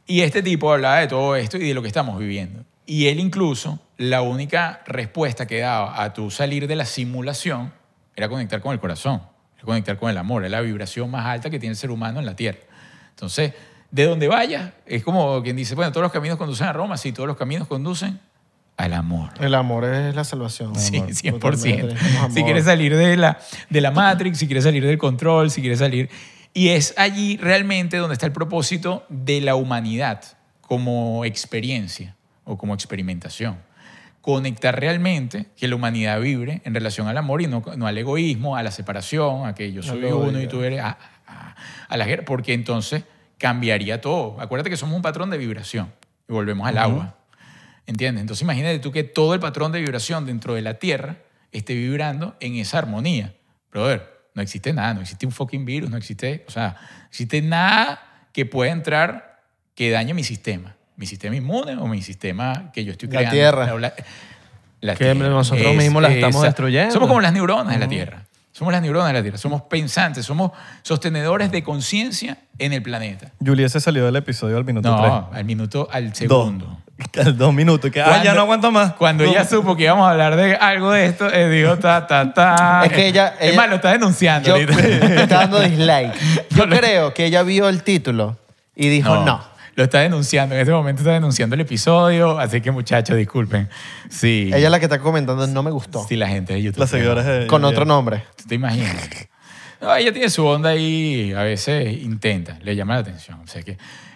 [SPEAKER 2] Y este tipo hablaba de todo esto y de lo que estamos viviendo. Y él incluso, la única respuesta que daba a tu salir de la simulación era conectar con el corazón, era conectar con el amor, es la vibración más alta que tiene el ser humano en la Tierra. Entonces, de donde vayas, es como quien dice, bueno, todos los caminos conducen a Roma, sí, todos los caminos conducen al amor.
[SPEAKER 3] El amor es la salvación.
[SPEAKER 2] Sí,
[SPEAKER 3] amor.
[SPEAKER 2] 100%.
[SPEAKER 3] Totalmente, tenemos
[SPEAKER 2] Si
[SPEAKER 3] amor.
[SPEAKER 2] quieres salir de la, de la Matrix, si quieres salir del control, si quieres salir... Y es allí realmente donde está el propósito de la humanidad como experiencia o como experimentación. Conectar realmente que la humanidad vibre en relación al amor y no, no al egoísmo, a la separación, a que yo soy
[SPEAKER 3] lo
[SPEAKER 2] uno
[SPEAKER 3] odio.
[SPEAKER 2] y tú eres... A, a- a la guerra, porque entonces cambiaría todo. Acuérdate que somos un patrón de vibración y volvemos al agua. ¿Entiendes? Entonces imagínate tú que todo el patrón de vibración dentro de la Tierra esté vibrando en esa armonía. Brother, no existe nada, no existe un fucking virus, no existe, o sea, no existe nada que pueda entrar que dañe mi sistema. Mi sistema inmune o mi sistema que yo estoy
[SPEAKER 3] La
[SPEAKER 2] creando.
[SPEAKER 3] Tierra.
[SPEAKER 2] La- la
[SPEAKER 3] Que nosotros mismos la estamos destruyendo.
[SPEAKER 2] Somos como las neuronas de la Tierra. Somos las neuronas de la Tierra. Somos pensantes, somos sostenedores de conciencia en el planeta.
[SPEAKER 1] Juliet se salió del episodio al minuto
[SPEAKER 2] No, al minuto, al
[SPEAKER 1] 3.
[SPEAKER 2] segundo.
[SPEAKER 1] Dos. (laughs) Dos minutos. Que, ah, ya
[SPEAKER 2] Cuando-
[SPEAKER 1] no aguanto más.
[SPEAKER 2] Cuando
[SPEAKER 1] Dos-
[SPEAKER 2] ella supo que íbamos a hablar de algo de esto, eh, dijo ta, ta, ta.
[SPEAKER 3] Es que ella-
[SPEAKER 2] Es
[SPEAKER 3] ella-
[SPEAKER 2] más, lo está denunciando
[SPEAKER 3] Yo, (laughs)
[SPEAKER 2] ahorita. (laughs)
[SPEAKER 3] me está dando dislike. Yo creo que ella vio el título y dijo no.
[SPEAKER 2] Lo está denunciando. En este momento está denunciando el episodio. Así que, muchachos, disculpen. Sí.
[SPEAKER 3] Ella es la que está comentando no me gustó.
[SPEAKER 2] Sí, la gente de YouTube.
[SPEAKER 1] Las seguidoras de
[SPEAKER 3] Con
[SPEAKER 1] Juliet.
[SPEAKER 3] otro nombre.
[SPEAKER 2] ¿Tú te imaginas? No, ella tiene su onda y a veces intenta, le llama la atención. O sea que.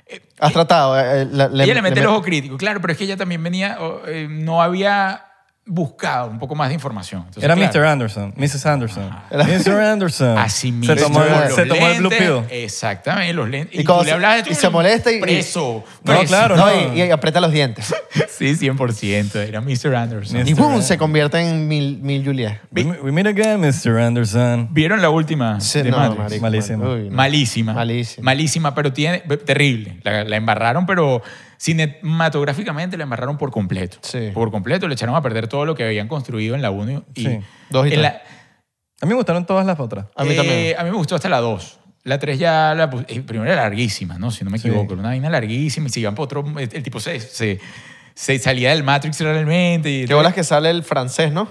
[SPEAKER 2] eh,
[SPEAKER 3] Has tratado. eh, eh, la- le-
[SPEAKER 2] ella le mete
[SPEAKER 3] le
[SPEAKER 2] el
[SPEAKER 3] met-
[SPEAKER 2] ojo crítico, claro, pero es que ella también venía, o, eh, no había buscado un poco más de información. Entonces,
[SPEAKER 1] Era
[SPEAKER 2] claro,
[SPEAKER 1] Mr. Anderson, Mrs. Anderson.
[SPEAKER 2] (laughs)
[SPEAKER 3] Era-
[SPEAKER 1] Mr. Anderson.
[SPEAKER 2] Así mismo.
[SPEAKER 1] Ah. Se tomó,
[SPEAKER 3] Mr.
[SPEAKER 1] el,
[SPEAKER 2] Los
[SPEAKER 1] se tomó el Blue
[SPEAKER 2] lentes,
[SPEAKER 1] Pill.
[SPEAKER 2] Exactamente, los lentes.
[SPEAKER 3] Y
[SPEAKER 2] Y,
[SPEAKER 3] cuando
[SPEAKER 2] tú le
[SPEAKER 3] se-
[SPEAKER 2] hablabas de-
[SPEAKER 3] y se molesta y-
[SPEAKER 2] Preso.
[SPEAKER 1] No,
[SPEAKER 2] preso.
[SPEAKER 1] claro.
[SPEAKER 3] No,
[SPEAKER 1] No.
[SPEAKER 3] Y, y aprieta
[SPEAKER 2] (laughs)
[SPEAKER 3] los dientes.
[SPEAKER 2] Sí, 100%. Era Mr. Anderson.
[SPEAKER 1] Mr.
[SPEAKER 3] Y ¡pum! se convierte en mil, mil Juliet.
[SPEAKER 1] We, we meet again, Mr. Anderson.
[SPEAKER 2] ¿Vieron la última?
[SPEAKER 3] Sí,
[SPEAKER 2] de
[SPEAKER 3] no,
[SPEAKER 2] Matrix?
[SPEAKER 3] marico,
[SPEAKER 1] Malísimo.
[SPEAKER 3] mal- uy, no.
[SPEAKER 2] Malísima.
[SPEAKER 3] Malísima.
[SPEAKER 2] Malísima, pero tiene. Terrible. La, la embarraron, pero cinematográficamente la embarraron por completo.
[SPEAKER 3] Sí.
[SPEAKER 2] Por completo. Le echaron a perder todo lo que habían construido en la 1 y.
[SPEAKER 1] Sí.
[SPEAKER 3] Dos y
[SPEAKER 2] en la-
[SPEAKER 1] A mí me gustaron todas las otras.
[SPEAKER 3] A mí también.
[SPEAKER 2] Eh, a mí me gustó hasta la 2. La 3 ya, la pus- eh, primero era larguísima, ¿no? Si no me
[SPEAKER 1] Sí.
[SPEAKER 2] equivoco, era una vaina larguísima y si iban por otro, el el tipo se, se, se salía del Matrix realmente. Y,
[SPEAKER 3] Qué bolas que sale el francés, ¿no?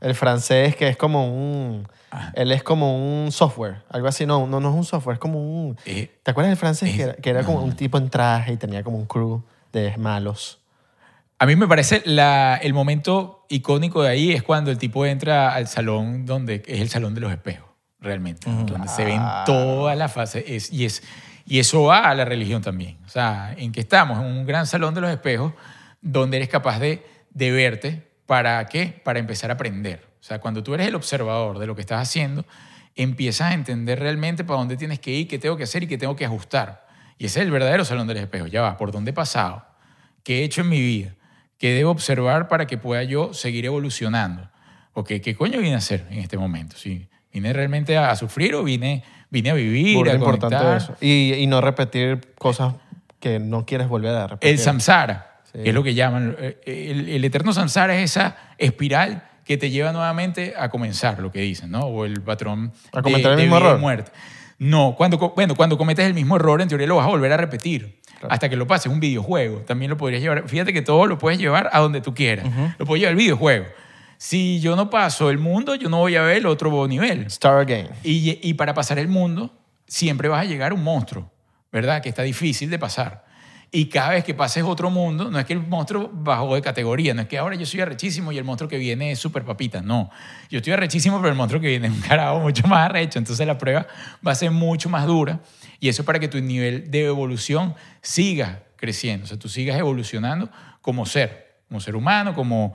[SPEAKER 3] El francés que es como un...
[SPEAKER 2] Ah.
[SPEAKER 3] Él es como un software, algo así. No, no, no es un software, es como un...
[SPEAKER 2] Eh,
[SPEAKER 3] ¿Te acuerdas del francés? que
[SPEAKER 2] es-
[SPEAKER 3] era, que era como un tipo en traje y tenía como un crew de malos.
[SPEAKER 2] A mí me parece la, el momento icónico de ahí es cuando el tipo entra al salón donde es el salón de los espejos, realmente, donde se ven todas las fases es, y, es, y eso va a la religión también. O sea, en que estamos, en un gran salón de los espejos donde eres capaz de, de verte, ¿para qué? Para empezar a aprender. O sea, cuando tú eres el observador de lo que estás haciendo, empiezas a entender realmente para dónde tienes que ir, qué tengo que hacer y qué tengo que ajustar. Y ese es el verdadero salón de los espejos, ya va, por dónde he pasado que he hecho en mi vida, que debo observar para que pueda yo seguir evolucionando. ¿O qué, qué coño vine a hacer en este momento? ¿Sí? ¿Vine realmente a, a sufrir o vine, vine a vivir?
[SPEAKER 3] Burda
[SPEAKER 2] a conectar?
[SPEAKER 3] eso. Y, y no repetir cosas que no quieres volver a repetir.
[SPEAKER 2] El samsara,
[SPEAKER 3] Sí.
[SPEAKER 2] que es lo que llaman. eh, El, el eterno samsara es esa espiral que te lleva nuevamente a comenzar, lo que dicen, ¿no? O el patrón
[SPEAKER 3] ¿A cometer el
[SPEAKER 2] de
[SPEAKER 3] mismo
[SPEAKER 2] vida y
[SPEAKER 3] error?
[SPEAKER 2] muerte. No, cuando, co- bueno, cuando cometes el mismo error, en teoría lo vas a volver a repetir. Hasta que lo pases, un videojuego. También lo podrías llevar. Fíjate que todo lo puedes llevar a donde tú quieras. Lo puedes llevar al videojuego. Si yo no paso el mundo, yo no voy a ver el otro nivel.
[SPEAKER 3] Start again.
[SPEAKER 2] Y, y para pasar el mundo, siempre vas a llegar a un monstruo, ¿verdad? Que está difícil de pasar. Y cada vez que pases otro mundo, no es que el monstruo bajó de categoría, no es que ahora yo soy arrechísimo y el monstruo que viene es súper papita, no. Yo estoy arrechísimo, pero el monstruo que viene es un carajo mucho más arrecho, entonces la prueba va a ser mucho más dura. Y eso para que tu nivel de evolución siga creciendo, o sea, tú sigas evolucionando como ser, como ser humano, como,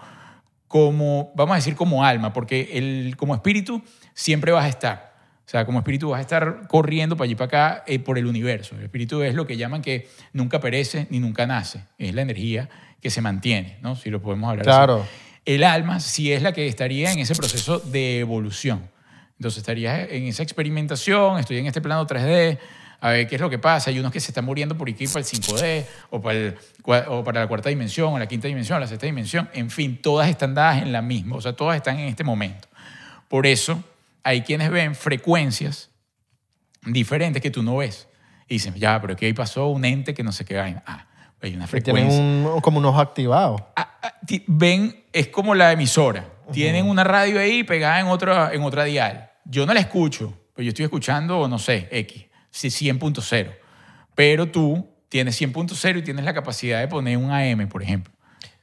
[SPEAKER 2] como vamos a decir, como alma, porque el, como espíritu siempre vas a estar. O sea, como espíritu vas a estar corriendo para allí para acá eh, por el universo. El espíritu es lo que llaman que nunca perece ni nunca nace. Es la energía que se mantiene, ¿no? Si lo podemos hablar así.
[SPEAKER 3] Claro.
[SPEAKER 2] El alma sí es la que estaría en ese proceso de evolución. Entonces estarías en esa experimentación, estoy en este plano 3D, a ver qué es lo que pasa. Hay unos que se están muriendo por aquí para el 5D, o para, el cua- o para la cuarta dimensión, o la quinta dimensión, o la sexta dimensión. En fin, todas están dadas en la misma, o sea, todas están en este momento. Por eso hay quienes ven frecuencias diferentes que tú no ves. Y dicen, ya, pero aquí pasó un ente que no sé qué vaina. Ah, hay una
[SPEAKER 3] Que
[SPEAKER 2] frecuencia
[SPEAKER 3] tienen un, como unos activados.
[SPEAKER 2] a- a- Ah, ti- ven, es como la emisora. Tienen una radio ahí pegada en otra, en otra dial. Yo no la escucho, pero yo estoy escuchando, no sé, X, sí, 100.0. Pero tú tienes 100.0 y tienes la capacidad de poner un AM, por ejemplo.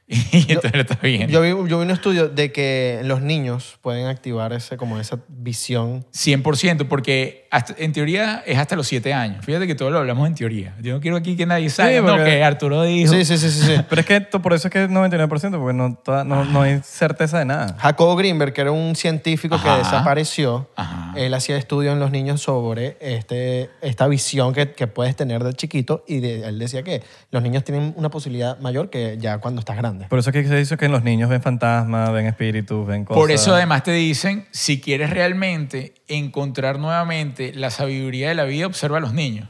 [SPEAKER 2] (laughs) Y entonces lo estás viendo.
[SPEAKER 3] Yo vi, yo vi un estudio de que los niños pueden activar ese, como esa visión.
[SPEAKER 2] 100%, porque hasta- en teoría es hasta los 7 años. Fíjate que todo lo hablamos en teoría. Yo no quiero aquí que nadie salga, no,
[SPEAKER 1] porque-
[SPEAKER 2] que Arturo dijo.
[SPEAKER 3] Sí, sí, sí, sí. sí.
[SPEAKER 1] Pero es que esto- por eso es que es 99%, porque no, toda- no, no hay certeza de nada.
[SPEAKER 3] Jacob Greenberg, que era un científico
[SPEAKER 2] Ajá.
[SPEAKER 3] que desapareció,
[SPEAKER 2] Ajá.
[SPEAKER 3] él hacía estudios en los niños sobre este, esta visión que, que puedes tener de chiquito y de- él decía que los niños tienen una posibilidad mayor que ya cuando estás grande.
[SPEAKER 1] Por eso es que se dice que los niños ven fantasmas, ven espíritus, ven cosas.
[SPEAKER 2] Por eso además te dicen, si quieres realmente encontrar nuevamente la sabiduría de la vida, observa a los niños.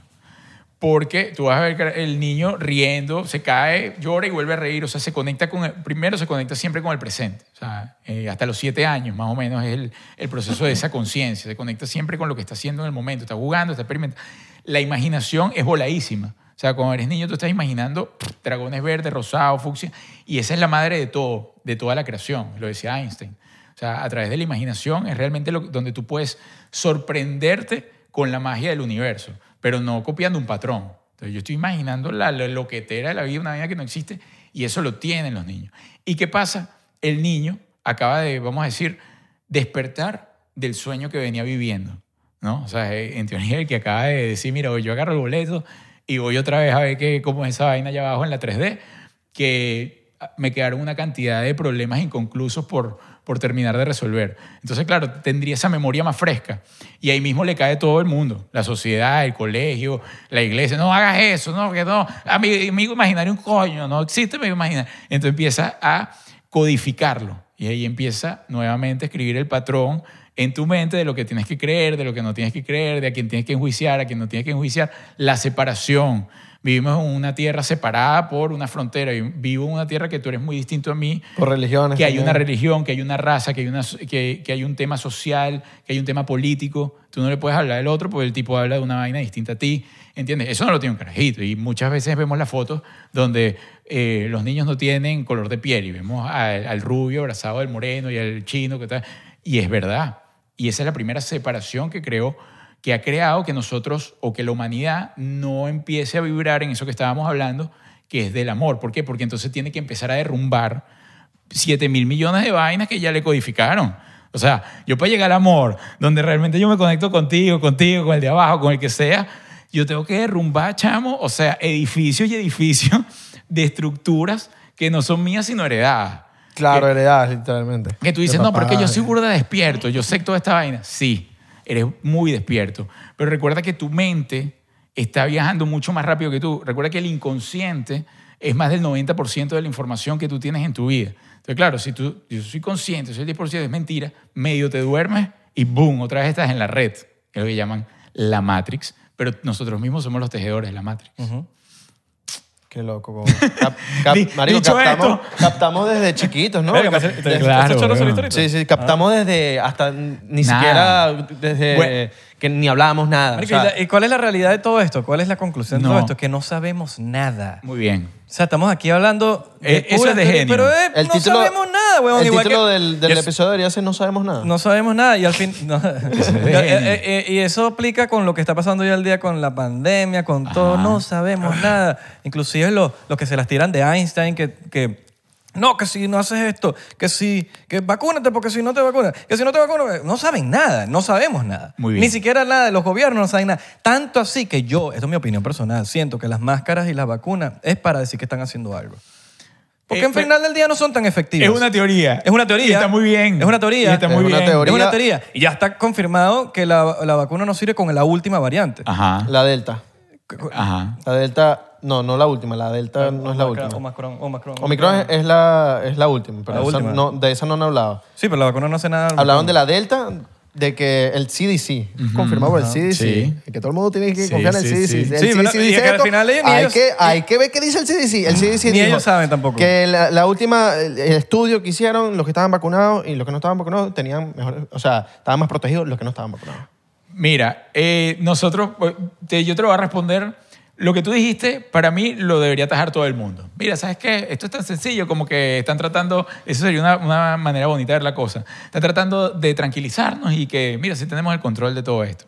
[SPEAKER 2] Porque tú vas a ver que el niño riendo, se cae, llora y vuelve a reír. O sea, se conecta con, el- primero se conecta siempre con el presente. O sea, eh, hasta los siete años más o menos es el, el proceso de esa conciencia. Se conecta siempre con lo que está haciendo en el momento. Está jugando, está experimentando. La imaginación es voladísima. O sea, cuando eres niño tú estás imaginando pff, dragones verdes, rosados, fucsia. Y esa es la madre de todo, de toda la creación. Lo decía Einstein. O sea, a través de la imaginación es realmente lo- donde tú puedes sorprenderte con la magia del universo, pero no copiando un patrón. Entonces yo estoy imaginando la, la loquetera de la vida, una vida que no existe, y eso lo tienen los niños. ¿Y qué pasa? El niño acaba de, vamos a decir, despertar del sueño que venía viviendo, ¿no? O sea, eh, en teoría el que acaba de decir, mira, hoy yo agarro el boleto y voy otra vez a ver qué, cómo es esa vaina allá abajo en la 3D, que ah, me quedaron una cantidad de problemas inconclusos por, por terminar de resolver. Entonces, claro, tendría esa memoria más fresca. Y ahí mismo le cae todo el mundo, la sociedad, el colegio, la iglesia. No hagas eso, no, que no. Ah, A mi amigo imaginario un coño, no existe mi imaginario. Entonces empieza a codificarlo. Y ahí empieza nuevamente a escribir el patrón en tu mente de lo que tienes que creer, de lo que no tienes que creer, de a quién tienes que enjuiciar, a quién no tienes que enjuiciar, la separación. Vivimos en una tierra separada por una frontera. Yo Vivo en una tierra que tú eres muy distinto a mí,
[SPEAKER 3] Por religiones.
[SPEAKER 2] que hay
[SPEAKER 3] también.
[SPEAKER 2] una religión, que hay una raza, que hay, una, que, que hay un tema social, que hay un tema político. Tú no le puedes hablar del otro porque el tipo habla de una vaina distinta a ti. ¿Entiendes? Eso no lo tiene un carajito. Y muchas veces vemos las fotos donde eh, los niños no tienen color de piel y vemos al, al rubio abrazado del moreno y al chino. Que tal. Y es verdad. Y esa es la primera separación que creó que ha creado que nosotros o que la humanidad no empiece a vibrar en eso que estábamos hablando, que es del amor. ¿Por qué? Porque entonces tiene que empezar a derrumbar 7 mil millones de vainas que ya le codificaron. O sea, yo para llegar al amor, donde realmente yo me conecto contigo, contigo, con el de abajo, con el que sea, yo tengo que derrumbar, chamo, o sea, edificios y edificios de estructuras que no son mías sino heredadas.
[SPEAKER 3] Claro, heredadas, literalmente.
[SPEAKER 2] Que tú
[SPEAKER 3] De eh,
[SPEAKER 2] dices, no,
[SPEAKER 3] papá,
[SPEAKER 2] porque yo soy
[SPEAKER 3] de-
[SPEAKER 2] burda de despierto, yo sé toda esta vaina. Sí, eres muy despierto. Pero recuerda que tu mente está viajando mucho más rápido que tú. Recuerda que el inconsciente es más del 90% de la información que tú tienes en tu vida. Entonces, claro, si tú, yo soy consciente, soy el 10%, es mentira, medio te duermes y boom, otra vez estás en la red. Es lo que llaman la Matrix. Pero nosotros mismos somos los tejedores de la Matrix.
[SPEAKER 1] Ujú.
[SPEAKER 3] Qué loco. como- Cap- cap-
[SPEAKER 2] (laughs) Di-
[SPEAKER 3] marico,
[SPEAKER 2] dicho
[SPEAKER 3] captamos,
[SPEAKER 2] esto.
[SPEAKER 3] captamos desde chiquitos, ¿no?
[SPEAKER 1] Verga, me
[SPEAKER 3] Cap-
[SPEAKER 1] hace- te-
[SPEAKER 3] desde-
[SPEAKER 2] Claro,
[SPEAKER 1] ¿estás echando
[SPEAKER 2] weón.
[SPEAKER 1] solito ahorita?
[SPEAKER 3] Sí, sí, captamos desde hasta ni
[SPEAKER 2] Nada.
[SPEAKER 3] siquiera desde
[SPEAKER 2] Bueno.
[SPEAKER 3] que ni hablábamos nada.
[SPEAKER 1] Marico,
[SPEAKER 3] o sea,
[SPEAKER 1] ¿y la- ¿Y cuál es la realidad de todo esto? ¿Cuál es la conclusión de
[SPEAKER 2] Ah, No.
[SPEAKER 1] todo esto? Que no sabemos nada.
[SPEAKER 2] Muy bien.
[SPEAKER 1] O sea, estamos aquí hablando de
[SPEAKER 2] Eh, eso
[SPEAKER 1] puras
[SPEAKER 2] es de
[SPEAKER 1] teorías,
[SPEAKER 2] genio.
[SPEAKER 1] Pero eh,
[SPEAKER 3] el
[SPEAKER 1] no
[SPEAKER 3] título,
[SPEAKER 1] sabemos nada, weón.
[SPEAKER 3] El
[SPEAKER 1] igual
[SPEAKER 3] título
[SPEAKER 1] que-
[SPEAKER 3] del, del
[SPEAKER 1] Yes.
[SPEAKER 3] episodio debería ser No sabemos nada.
[SPEAKER 1] No sabemos nada y al fin... no. (laughs)
[SPEAKER 2] de
[SPEAKER 1] Eh,
[SPEAKER 2] genio.
[SPEAKER 1] eh, eh, y eso aplica con lo que está pasando hoy al día con la pandemia,
[SPEAKER 2] Ah.
[SPEAKER 1] con todo. No sabemos nada. Inclusive los, los que se las tiran de Einstein, que, que No, que si no haces esto, que si, que vacúnate porque si no te vacunas, que si no te vacunas, no saben nada, no sabemos nada.
[SPEAKER 2] Muy bien.
[SPEAKER 1] Ni siquiera nada de los gobiernos, no saben nada. Tanto así que yo, esto es mi opinión personal, siento que las máscaras y las vacunas es para decir que están haciendo algo. Porque
[SPEAKER 2] Eh,
[SPEAKER 1] en final del día no son tan efectivas.
[SPEAKER 2] Es una teoría.
[SPEAKER 1] Es una teoría.
[SPEAKER 2] Y está muy bien.
[SPEAKER 1] Es una teoría.
[SPEAKER 2] Y está muy
[SPEAKER 3] Es una
[SPEAKER 2] bien.
[SPEAKER 3] teoría.
[SPEAKER 1] Es una teoría. Y ya está confirmado que la, la vacuna no sirve con la última variante.
[SPEAKER 3] Ah.
[SPEAKER 2] Ajá.
[SPEAKER 3] La Delta.
[SPEAKER 2] Ajá.
[SPEAKER 3] La Delta, no, no la última, la Delta Ah, no es la última.
[SPEAKER 1] Omicron, Omicron,
[SPEAKER 3] Omicron es, eh. es la, es la última, pero
[SPEAKER 1] La
[SPEAKER 3] esa
[SPEAKER 1] última.
[SPEAKER 3] no- de esa no han hablado.
[SPEAKER 1] Sí, pero la vacuna no hace nada.
[SPEAKER 3] Hablaron de la Delta, de que el CDC, confirmado por el CDC,
[SPEAKER 2] Sí.
[SPEAKER 3] que todo el mundo tiene que
[SPEAKER 2] Sí,
[SPEAKER 3] confiar en el
[SPEAKER 2] sí,
[SPEAKER 3] CDC.
[SPEAKER 2] sí.
[SPEAKER 3] El
[SPEAKER 1] Sí,
[SPEAKER 3] CDC
[SPEAKER 1] pero- y
[SPEAKER 3] dice
[SPEAKER 1] que al
[SPEAKER 3] esto,
[SPEAKER 1] final ellos ni
[SPEAKER 3] hay,
[SPEAKER 1] ellos-
[SPEAKER 3] que, hay que ver qué dice el CDC. El CDC
[SPEAKER 1] Ni
[SPEAKER 3] dijo
[SPEAKER 1] ellos saben tampoco.
[SPEAKER 3] Que la, la última, el el estudio que hicieron, los que estaban vacunados y los que no estaban vacunados tenían mejor, o sea, estaban más protegidos los que no estaban vacunados.
[SPEAKER 2] Mira, eh, nosotros, pues, te- yo te lo voy a responder. Lo que tú dijiste, para mí lo debería atajar todo el mundo. Mira, ¿sabes qué? Esto es tan sencillo como que están tratando, eso sería una, una manera bonita de ver la cosa, están tratando de tranquilizarnos y que, mira, si tenemos el control de todo esto.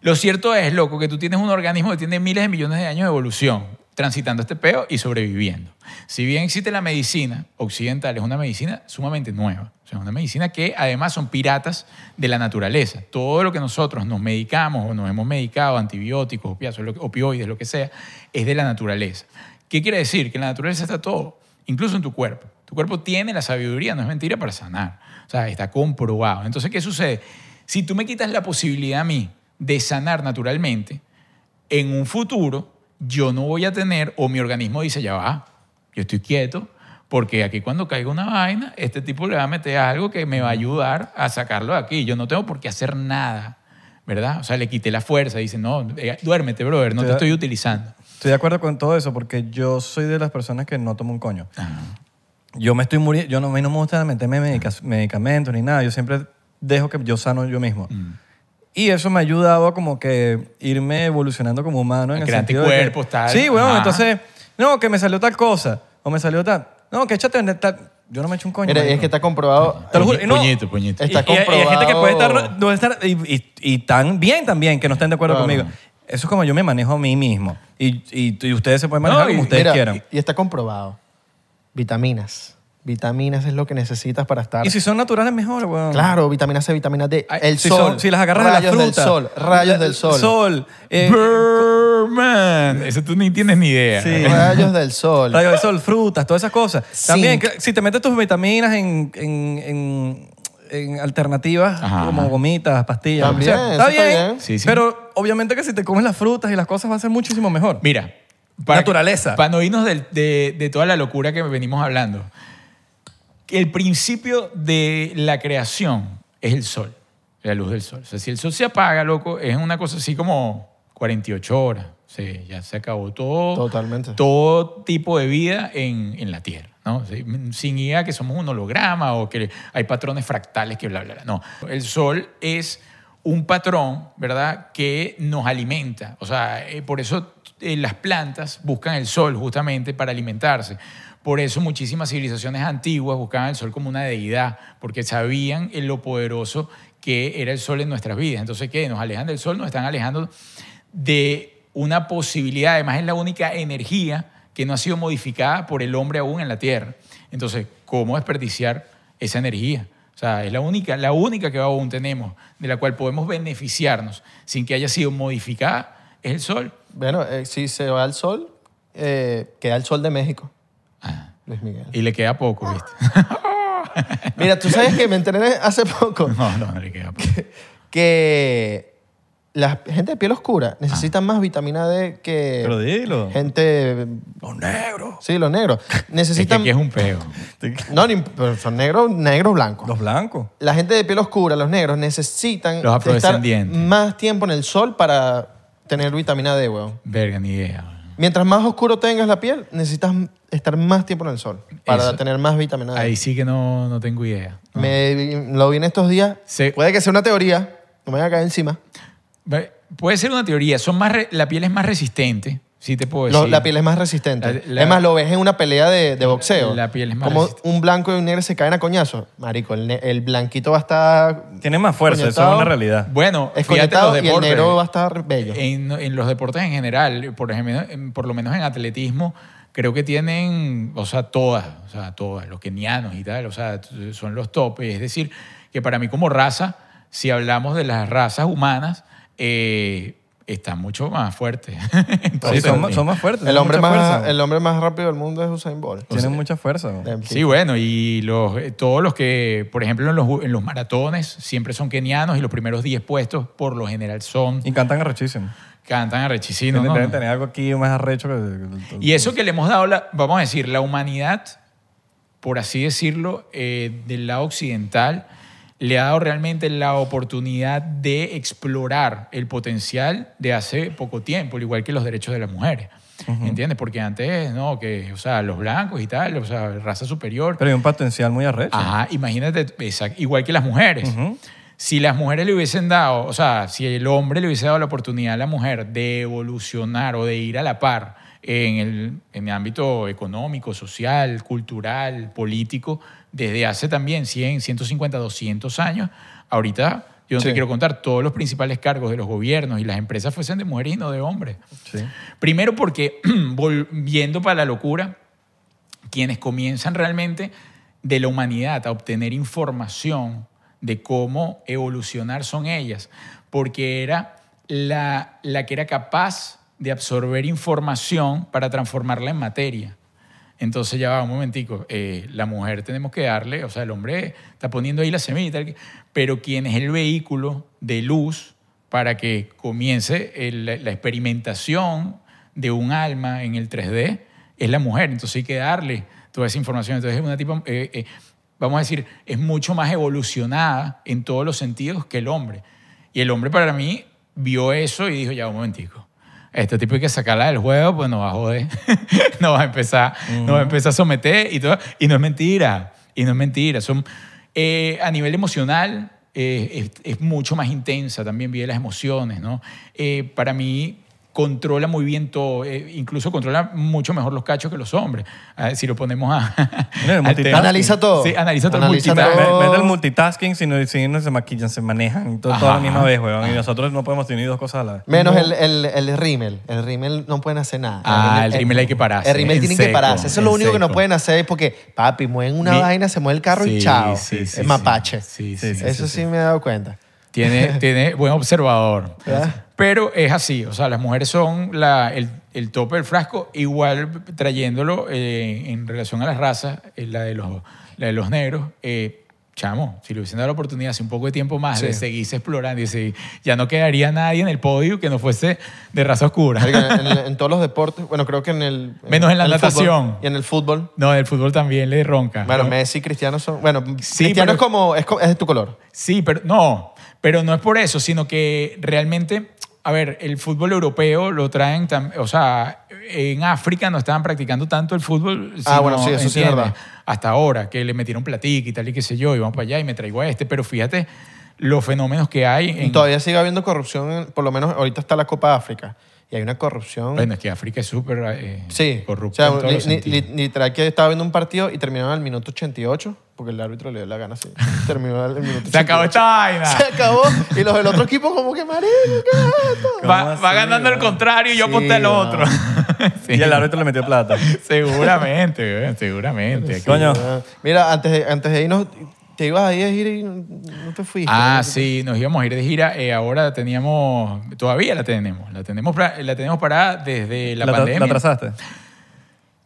[SPEAKER 2] Lo cierto es, loco, que tú tienes un organismo que tiene miles de millones de años de evolución, transitando este peo y sobreviviendo. Si bien existe la medicina occidental, es una medicina sumamente nueva. O sea, una medicina que además son piratas de la naturaleza. Todo lo que nosotros nos medicamos o nos hemos medicado, antibióticos, opiáceos, lo que- opioides, lo que sea, es de la naturaleza. ¿Qué quiere decir? Que en la naturaleza está todo, incluso en tu cuerpo. Tu cuerpo tiene la sabiduría, no es mentira, para sanar. O sea, está comprobado. Entonces, ¿qué sucede? Si tú me quitas la posibilidad a mí de sanar naturalmente, en un futuro yo no voy a tener, o mi organismo dice, ya va, yo estoy quieto, porque aquí cuando caiga una vaina, este tipo le va a meter algo que me va a ayudar a sacarlo de aquí. Yo no tengo por qué hacer nada, ¿verdad? O sea, le quité la fuerza, dice, no, eh, duérmete, brother, no
[SPEAKER 1] Te
[SPEAKER 2] te
[SPEAKER 1] da-
[SPEAKER 2] estoy utilizando.
[SPEAKER 1] Estoy de acuerdo con todo eso porque yo soy de las personas que no tomo un coño. Yo me estoy muriendo, yo no, a mí no me gusta meterme medica- medicamentos ni nada, yo siempre dejo que yo sano yo mismo.
[SPEAKER 2] Mm.
[SPEAKER 1] Y eso me ha ayudado a como que irme evolucionando como humano en
[SPEAKER 2] A
[SPEAKER 1] el
[SPEAKER 2] crear
[SPEAKER 1] sentido de que-
[SPEAKER 2] anticuerpos, tal.
[SPEAKER 1] Sí, bueno,
[SPEAKER 2] Ajá.
[SPEAKER 1] entonces, no, que me salió tal cosa, o me salió tal, no, que échate tal, yo no me echo un coño.
[SPEAKER 3] Mira, y
[SPEAKER 1] marico.
[SPEAKER 3] es que está comprobado.
[SPEAKER 1] Te lo juro, y no-
[SPEAKER 2] Puñito, puñito.
[SPEAKER 3] Está
[SPEAKER 1] y, y- y hay gente que puede estar,
[SPEAKER 3] comprobado.
[SPEAKER 1] puede estar- y, y- y tan bien también que no estén de acuerdo
[SPEAKER 3] Claro.
[SPEAKER 1] conmigo. Eso es como yo me manejo a mí mismo. Y, y- y ustedes se pueden manejar
[SPEAKER 2] No, y-
[SPEAKER 1] como ustedes
[SPEAKER 3] Mira,
[SPEAKER 1] quieran.
[SPEAKER 3] Y, y está comprobado. Vitaminas. Vitaminas es lo que necesitas para estar.
[SPEAKER 1] Y, si son naturales, mejor, weón.
[SPEAKER 3] Claro, vitamina C, vitamina D.
[SPEAKER 2] Ay,
[SPEAKER 3] el
[SPEAKER 1] Si,
[SPEAKER 3] sol.
[SPEAKER 1] son- si las agarras
[SPEAKER 3] rayos
[SPEAKER 1] de la
[SPEAKER 3] del
[SPEAKER 1] fruta.
[SPEAKER 3] sol. Rayos del sol.
[SPEAKER 1] Sol. eh,
[SPEAKER 2] Birdman. Eso tú ni tienes ni idea.
[SPEAKER 1] Sí.
[SPEAKER 3] Rayos del sol.
[SPEAKER 1] rayos del sol, frutas, todas esas cosas.
[SPEAKER 3] Zinc.
[SPEAKER 1] También, que- si te metes tus vitaminas en, en- en- en alternativas,
[SPEAKER 2] Ajá.
[SPEAKER 1] como gomitas, pastillas.
[SPEAKER 3] También,
[SPEAKER 1] o sea,
[SPEAKER 3] eso
[SPEAKER 1] está
[SPEAKER 3] está
[SPEAKER 1] bien.
[SPEAKER 3] bien.
[SPEAKER 2] Sí, sí.
[SPEAKER 1] Pero obviamente que si te comes las frutas y las cosas va a ser muchísimo mejor.
[SPEAKER 2] Mira.
[SPEAKER 1] Naturaleza.
[SPEAKER 2] Para no irnos del- de, de toda la locura que venimos hablando. El principio de la creación es el sol, la luz del sol. O sea, si el sol se apaga, loco, es una cosa así como 48 horas. Sí, ya se acabó todo.
[SPEAKER 3] Totalmente.
[SPEAKER 2] Todo tipo de vida en, en la Tierra. ¿no? Sí, Sin idea que somos un holograma o que hay patrones fractales que bla, bla, bla. No. El sol es un patrón, ¿verdad?, que nos alimenta. O sea, eh, por eso eh, las plantas buscan el sol justamente para alimentarse. Por eso muchísimas civilizaciones antiguas buscaban el sol como una deidad, porque sabían en lo poderoso que era el sol en nuestras vidas. Entonces, ¿qué? Nos alejan del sol, nos están alejando de una posibilidad, además es la única energía que no ha sido modificada por el hombre aún en la Tierra. Entonces, ¿cómo desperdiciar esa energía? O sea, es la única, la única que aún tenemos, de la cual podemos beneficiarnos sin que haya sido modificada, es el sol.
[SPEAKER 3] Bueno, eh, si se va al sol, eh, queda el sol de México.
[SPEAKER 2] Ah,
[SPEAKER 3] Luis Miguel.
[SPEAKER 2] y le queda poco, ¿viste?
[SPEAKER 3] Mira, tú sabes que me enteré hace
[SPEAKER 2] (laughs)
[SPEAKER 3] poco
[SPEAKER 2] No, no, no le queda poco.
[SPEAKER 3] que la gente de piel
[SPEAKER 2] Ah.
[SPEAKER 3] oscura necesita más vitamina D que
[SPEAKER 1] Pero dilo.
[SPEAKER 3] gente...
[SPEAKER 1] Los negros.
[SPEAKER 3] Sí, los negros.
[SPEAKER 2] Es que
[SPEAKER 3] Necesitan...
[SPEAKER 2] aquí es un peo.
[SPEAKER 3] No, ni- pero son negros, negros blancos.
[SPEAKER 1] Los blancos.
[SPEAKER 3] la gente de piel oscura, los negros, necesitan
[SPEAKER 2] Los
[SPEAKER 3] estar
[SPEAKER 2] afrodescendientes.
[SPEAKER 3] más tiempo en el sol para tener vitamina D, weón.
[SPEAKER 2] Verga, ni idea.
[SPEAKER 3] Mientras más oscuro tengas la piel, necesitas estar más tiempo en el sol para
[SPEAKER 2] Eso.
[SPEAKER 3] tener más vitamina D.
[SPEAKER 2] Ahí sí que no, no tengo idea. No.
[SPEAKER 3] Me vi- lo vi en estos días.
[SPEAKER 2] Sí.
[SPEAKER 3] Puede que sea una teoría, no me voy a caer encima.
[SPEAKER 2] Ve, Puede ser una teoría. Son más re- la piel es más resistente, Pues sí te puedo decir.
[SPEAKER 3] Lo- La piel es más resistente.
[SPEAKER 2] La- la-
[SPEAKER 3] es más, lo ves en una pelea de, de boxeo.
[SPEAKER 2] La piel es más
[SPEAKER 3] Como
[SPEAKER 2] resistente.
[SPEAKER 3] un blanco y un negro se caen a coñazo. Marico, el, ne- el blanquito va a estar
[SPEAKER 1] Tienen más fuerza, eso
[SPEAKER 3] Coñetado.
[SPEAKER 1] es una realidad.
[SPEAKER 2] Bueno, fíjate en los
[SPEAKER 3] escoñetado y el
[SPEAKER 2] deportes.
[SPEAKER 3] negro va a estar bello.
[SPEAKER 2] En, en los deportes en general, por, ejemplo, en- por lo menos en atletismo, creo que tienen, o sea, todas, o sea, todas, los kenianos y tal, o sea, t- son los topes. Es decir, que para mí como raza, si hablamos de las razas humanas, eh, están mucho más fuertes. (laughs)
[SPEAKER 1] Sí,
[SPEAKER 2] Entonces,
[SPEAKER 1] son, más- son más fuertes.
[SPEAKER 3] El
[SPEAKER 1] tienen
[SPEAKER 3] hombre,
[SPEAKER 1] mucha
[SPEAKER 3] más,
[SPEAKER 1] fuerza.
[SPEAKER 3] el hombre más rápido del mundo es Usain Bolt.
[SPEAKER 1] Tienen mucha fuerza. bro.
[SPEAKER 3] De-
[SPEAKER 2] eh, Sí, bueno, y los, eh, todos los que, por ejemplo, en los, en los maratones siempre son kenianos y los primeros 10 puestos por lo general son,
[SPEAKER 1] Y cantan arrechísimo.
[SPEAKER 2] cantan arrechicinos.
[SPEAKER 1] Tienen-
[SPEAKER 2] ¿no?
[SPEAKER 1] Deben tener algo aquí más arrecho que...
[SPEAKER 2] Y eso que le hemos dado, la- vamos a decir, la humanidad, por así decirlo, eh, del lado occidental, le ha dado realmente la oportunidad de explorar el potencial de hace poco tiempo, al igual que los derechos de las mujeres. ¿Entiendes? Porque antes, no, que, o sea, los blancos y tal, o sea, raza superior.
[SPEAKER 1] Pero hay un potencial muy arrecho.
[SPEAKER 2] Ajá, imagínate, esa- igual que las mujeres. Si las mujeres le hubiesen dado, o sea, si el hombre le hubiese dado la oportunidad a la mujer de evolucionar o de ir a la par en el, en el ámbito económico, social, cultural, político, desde hace también 100, 150, 200 años, ahorita yo no te
[SPEAKER 3] Sí.
[SPEAKER 2] quiero contar, todos los principales cargos de los gobiernos y las empresas fuesen de mujeres y no de hombres.
[SPEAKER 1] Sí.
[SPEAKER 2] Primero porque, (clears throat) volviendo para la locura, quienes comienzan realmente de la humanidad a obtener información de cómo evolucionar son ellas, porque era la, la que era capaz de absorber información para transformarla en materia. Entonces ya va, un momentico, eh, la mujer tenemos que darle, o sea, el hombre está poniendo ahí la semilla, y tal, pero quien es el vehículo de luz para que comience el- la experimentación de un alma en el 3D es la mujer, entonces hay que darle toda esa información. Entonces es una tipa, eh, eh, vamos a decir, es mucho más evolucionada en todos los sentidos que el hombre. Y el hombre para mí vio eso y dijo, ya, un momentico. Este tipo hay que sacarla del juego, pues nos va a joder. (laughs) nos va a empezar, nos va a empezar a someter y todo. Y no es mentira. Y no es mentira. Son, eh, a nivel emocional, eh, es, es mucho más intensa. También vive las emociones, ¿no? Eh, para mí, controla muy bien todo. eh, incluso controla mucho mejor los cachos que los hombres. Ah, si lo ponemos
[SPEAKER 1] (laughs)
[SPEAKER 2] a.
[SPEAKER 1] No, el
[SPEAKER 2] al
[SPEAKER 1] multitasking.
[SPEAKER 2] tema.
[SPEAKER 3] Analiza todo.
[SPEAKER 2] Sí, analiza todo el
[SPEAKER 3] Analiza
[SPEAKER 2] multitasking.
[SPEAKER 1] Ve-
[SPEAKER 3] todo.
[SPEAKER 1] Vete al multitasking si no, si no se maquillan, se manejan todo, todo a la
[SPEAKER 2] Ajá.
[SPEAKER 1] misma vez, weón. Y nosotros no podemos tener dos cosas a la vez.
[SPEAKER 3] Menos el, el, el rímel. El rímel no pueden hacer nada.
[SPEAKER 2] Ah, el rímel hay que pararse,
[SPEAKER 3] El rímel
[SPEAKER 2] en
[SPEAKER 3] tienen que
[SPEAKER 2] seco,
[SPEAKER 3] pararse. Eso es lo
[SPEAKER 2] en
[SPEAKER 3] único que no
[SPEAKER 2] seco.
[SPEAKER 3] pueden hacer porque, papi, mueven una
[SPEAKER 2] Mi-
[SPEAKER 3] vaina, se mueve el carro y
[SPEAKER 2] Sí,
[SPEAKER 3] chao.
[SPEAKER 2] sí, sí,
[SPEAKER 3] es
[SPEAKER 2] sí.
[SPEAKER 3] mapache.
[SPEAKER 2] Sí,
[SPEAKER 1] Sí,
[SPEAKER 2] sí,
[SPEAKER 1] sí,
[SPEAKER 2] sí.
[SPEAKER 3] Eso sí, me he dado cuenta.
[SPEAKER 2] Tiene, tiene buen observador.
[SPEAKER 3] ¿Verdad?
[SPEAKER 2] Pero es así, o sea, las mujeres son la- el, el tope del frasco, igual trayéndolo eh, en relación a las razas, eh, la, de los, la de los negros. eh, chamo, si le hubiesen dado la oportunidad hace un poco de tiempo más de seguirse explorando y seguir, ya no quedaría nadie en el podio que no fuese de raza oscura.
[SPEAKER 3] Marico, en, en- en todos los deportes, bueno, creo que en el.
[SPEAKER 2] Menos en la
[SPEAKER 3] el fútbol
[SPEAKER 2] natación.
[SPEAKER 3] y en el fútbol.
[SPEAKER 2] No, el fútbol también le ronca.
[SPEAKER 3] Bueno,
[SPEAKER 2] ¿no?
[SPEAKER 3] Messi y Cristiano son. Bueno,
[SPEAKER 2] Sí, pero-
[SPEAKER 3] Cristiano es como. Es, co- es de tu color.
[SPEAKER 2] Sí, pero no, pero no es por eso, sino que realmente, a ver, el fútbol europeo lo traen, tam- o sea, en África no estaban practicando tanto el fútbol.
[SPEAKER 3] Ah, bueno, sí, eso sí es
[SPEAKER 2] ¿entiendes?
[SPEAKER 3] verdad.
[SPEAKER 2] Hasta ahora, que le metieron platica y tal y qué sé yo, y vamos para allá y me traigo a este, pero fíjate los fenómenos que hay. En,
[SPEAKER 3] Todavía sigue habiendo corrupción, en- por lo menos ahorita está la Copa África. Y hay una corrupción.
[SPEAKER 2] Bueno, es que África es súper eh,
[SPEAKER 3] Sí.
[SPEAKER 2] corrupta.
[SPEAKER 3] O
[SPEAKER 2] en
[SPEAKER 3] sea,
[SPEAKER 2] todos los
[SPEAKER 3] li- li-
[SPEAKER 2] sentidos.
[SPEAKER 3] li- literal que estaba viendo un partido y terminaron al minuto 88, porque el árbitro le dio la
[SPEAKER 2] (laughs)
[SPEAKER 3] gana así. Terminó al minuto
[SPEAKER 2] Se acabó
[SPEAKER 3] 88.
[SPEAKER 2] esta vaina.
[SPEAKER 3] (laughs) Se acabó. Y los del otro equipo como que marico, ¿qué es esto?".
[SPEAKER 1] ¿Cómo
[SPEAKER 2] Va, va
[SPEAKER 1] así,
[SPEAKER 2] ganando el
[SPEAKER 1] weón?
[SPEAKER 2] contrario y yo
[SPEAKER 3] Sí,
[SPEAKER 2] aposté al
[SPEAKER 3] weón.
[SPEAKER 2] otro. Sí.
[SPEAKER 1] Y el árbitro le metió plata.
[SPEAKER 2] (laughs) Seguramente, weón, seguramente. Aquí-
[SPEAKER 1] Coño.
[SPEAKER 3] Ah, Mira, antes de, antes de irnos, te ibas a ir a ir y no, no te fuiste.
[SPEAKER 2] Ah,
[SPEAKER 3] ¿no?
[SPEAKER 2] sí, nos íbamos a ir de gira. eh, ahora teníamos, todavía la tenemos, la tenemos, pra- la tenemos parada desde (laughs) la,
[SPEAKER 1] tra-
[SPEAKER 2] pandemia.
[SPEAKER 1] atrasaste?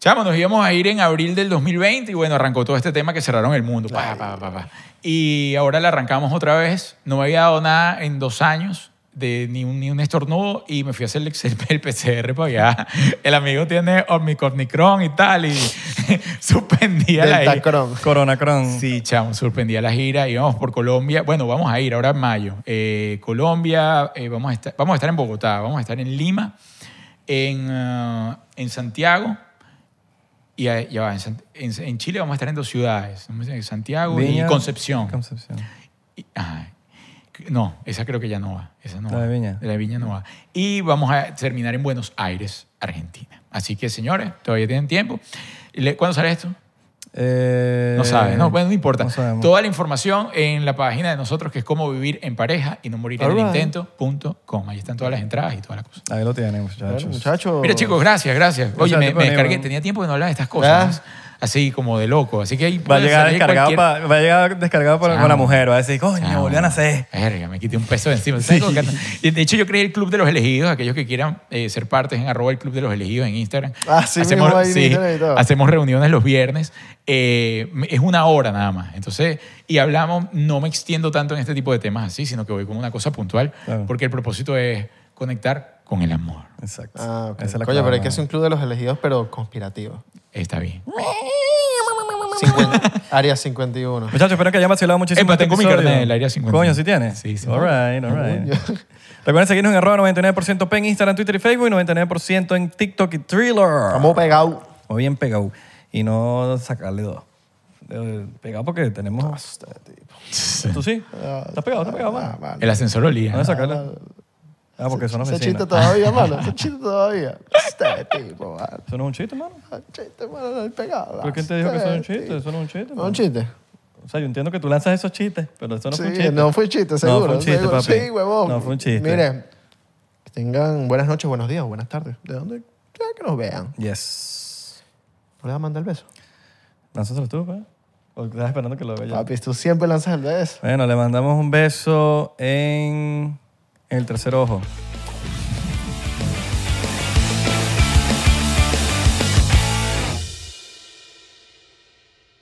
[SPEAKER 2] Chamo, nos íbamos a ir en abril del 2020 y bueno, arrancó todo este tema que cerraron el mundo. pa, pa, pa, pa. Y ahora la arrancamos otra vez. No me había dado nada en dos años, de ni, un, ni un estornudo, y me fui a hacer el, el- (laughs) el PCR para allá. El amigo tiene Omicron y tal, y (laughs) suspendía la gira.
[SPEAKER 3] Deltacron.
[SPEAKER 1] Corona Cron.
[SPEAKER 2] Sí, chamo, sorprendía la gira. Íbamos por Colombia. Bueno, vamos a ir ahora en mayo. Eh, Colombia, eh, vamos, a estar, vamos a estar en Bogotá, vamos a estar en Lima, en, ah, en Santiago. Y a- ya va, en, Sant- en- en Chile vamos a estar en dos ciudades, vamos a estar en Santiago
[SPEAKER 1] Viña-
[SPEAKER 2] y Concepción.
[SPEAKER 1] Concepción.
[SPEAKER 2] Y- ajá. No, esa creo que ya no va. Esa no
[SPEAKER 1] La
[SPEAKER 2] va.
[SPEAKER 1] de Viña.
[SPEAKER 2] La de Viña no va. Y vamos a terminar en Buenos Aires, Argentina. Así que, señores, todavía tienen tiempo. Le- ¿Cuándo sale esto?
[SPEAKER 1] Eh,
[SPEAKER 2] No sabes, no, bueno, no importa.
[SPEAKER 1] no sabemos.
[SPEAKER 2] Toda la información en la página de nosotros, que es cómo vivir en pareja y no morir en el
[SPEAKER 3] Alright.
[SPEAKER 2] intento.com. Ahí están todas las entradas y todas las cosas.
[SPEAKER 1] Ahí lo tienen, muchachos.
[SPEAKER 3] Bueno, muchachos.
[SPEAKER 2] Mira, chicos, gracias, gracias. Oye,
[SPEAKER 1] Oh. Gracias a
[SPEAKER 2] me,
[SPEAKER 1] ti
[SPEAKER 2] me
[SPEAKER 1] por venir,
[SPEAKER 2] descargué.
[SPEAKER 1] bro.
[SPEAKER 2] Tenía tiempo de no hablar de estas cosas. Así como de loco. Así que ahí
[SPEAKER 1] Va a
[SPEAKER 2] puede
[SPEAKER 1] llegar
[SPEAKER 2] salir
[SPEAKER 1] descargado,
[SPEAKER 2] cualquier-
[SPEAKER 1] pa- va a llegar descargado por, con la
[SPEAKER 2] Chamo.
[SPEAKER 1] mujer. Va a decir, coño,
[SPEAKER 2] Chamo.
[SPEAKER 1] volvían a hacer.
[SPEAKER 2] Ah, Verga, me quité un peso de encima. ¿Sabes cómo canta? Y De hecho, yo creé el Club de los Elegidos. Aquellos que quieran eh, ser partes en arroba el Club de los Elegidos en Instagram.
[SPEAKER 3] Ah, sí, mismo ahí en Instagram y todo.
[SPEAKER 2] hacemos reuniones los viernes. Eh, es una hora nada más. Entonces, y hablamos, no me extiendo tanto en este tipo de temas así, sino que voy como una cosa puntual,
[SPEAKER 1] Claro.
[SPEAKER 2] porque el propósito es conectar con el amor.
[SPEAKER 1] Exacto.
[SPEAKER 3] Ah, ok.
[SPEAKER 1] Esa es la
[SPEAKER 3] Coño, pero
[SPEAKER 1] clave.
[SPEAKER 3] hay que hacer un club de los elegidos, pero conspirativo.
[SPEAKER 2] Está bien.
[SPEAKER 1] Ah.
[SPEAKER 3] 50 área 51.
[SPEAKER 1] Muchachos, espero que hayan vacilado muchísimo.
[SPEAKER 2] Epa,
[SPEAKER 1] este
[SPEAKER 2] tengo mi
[SPEAKER 1] episodio.
[SPEAKER 2] carnet del área 50.
[SPEAKER 1] Coño, ¿sí tienes?
[SPEAKER 2] Sí, sí.
[SPEAKER 1] All right, all right. Recuerden seguirnos en arroba 99% P en Instagram, Twitter y Facebook y 99% en TikTok y Thriller.
[SPEAKER 3] Estamos pegados.
[SPEAKER 1] O bien pegado. Y no sacarle dos. Eh, Pegado porque tenemos...
[SPEAKER 3] Hostia, tipo.
[SPEAKER 1] ¿Tú sí? ¿Estás pegado? ¿Estás pegado, mano?
[SPEAKER 3] Mano,
[SPEAKER 2] El ascensor olía.
[SPEAKER 1] No sacarle. Ah, porque son los
[SPEAKER 3] Ah, Ese
[SPEAKER 1] vecinos.
[SPEAKER 3] chiste todavía, mano. Ese chiste
[SPEAKER 2] (laughs)
[SPEAKER 3] todavía. Este tipo, mano.
[SPEAKER 1] ¿Eso no es un chiste, mano?
[SPEAKER 3] Un chiste, mano, del pegado.
[SPEAKER 1] ¿Pero quién te dijo que eso es un chiste? Eso no es un chiste.
[SPEAKER 3] ¿No
[SPEAKER 1] mano.
[SPEAKER 3] un chiste?
[SPEAKER 1] O sea, yo entiendo que tú lanzas esos chistes, pero eso no fue un
[SPEAKER 3] Sí,
[SPEAKER 1] chiste.
[SPEAKER 3] no fue un chiste,
[SPEAKER 1] fue un
[SPEAKER 3] seguro.
[SPEAKER 1] chiste,
[SPEAKER 3] seguro.
[SPEAKER 1] papi.
[SPEAKER 3] Sí, huevón.
[SPEAKER 1] No fue un chiste.
[SPEAKER 3] Mire, que tengan buenas noches, buenos días, buenas tardes. De donde sea que nos vean.
[SPEAKER 1] Yes.
[SPEAKER 3] ¿No le vas a mandar el beso?
[SPEAKER 1] Lánzaselo tú, pues. ¿O estás esperando que lo vea yo?
[SPEAKER 3] Papi, tú siempre lanzas el beso.
[SPEAKER 1] Bueno, le mandamos un beso en el tercer ojo.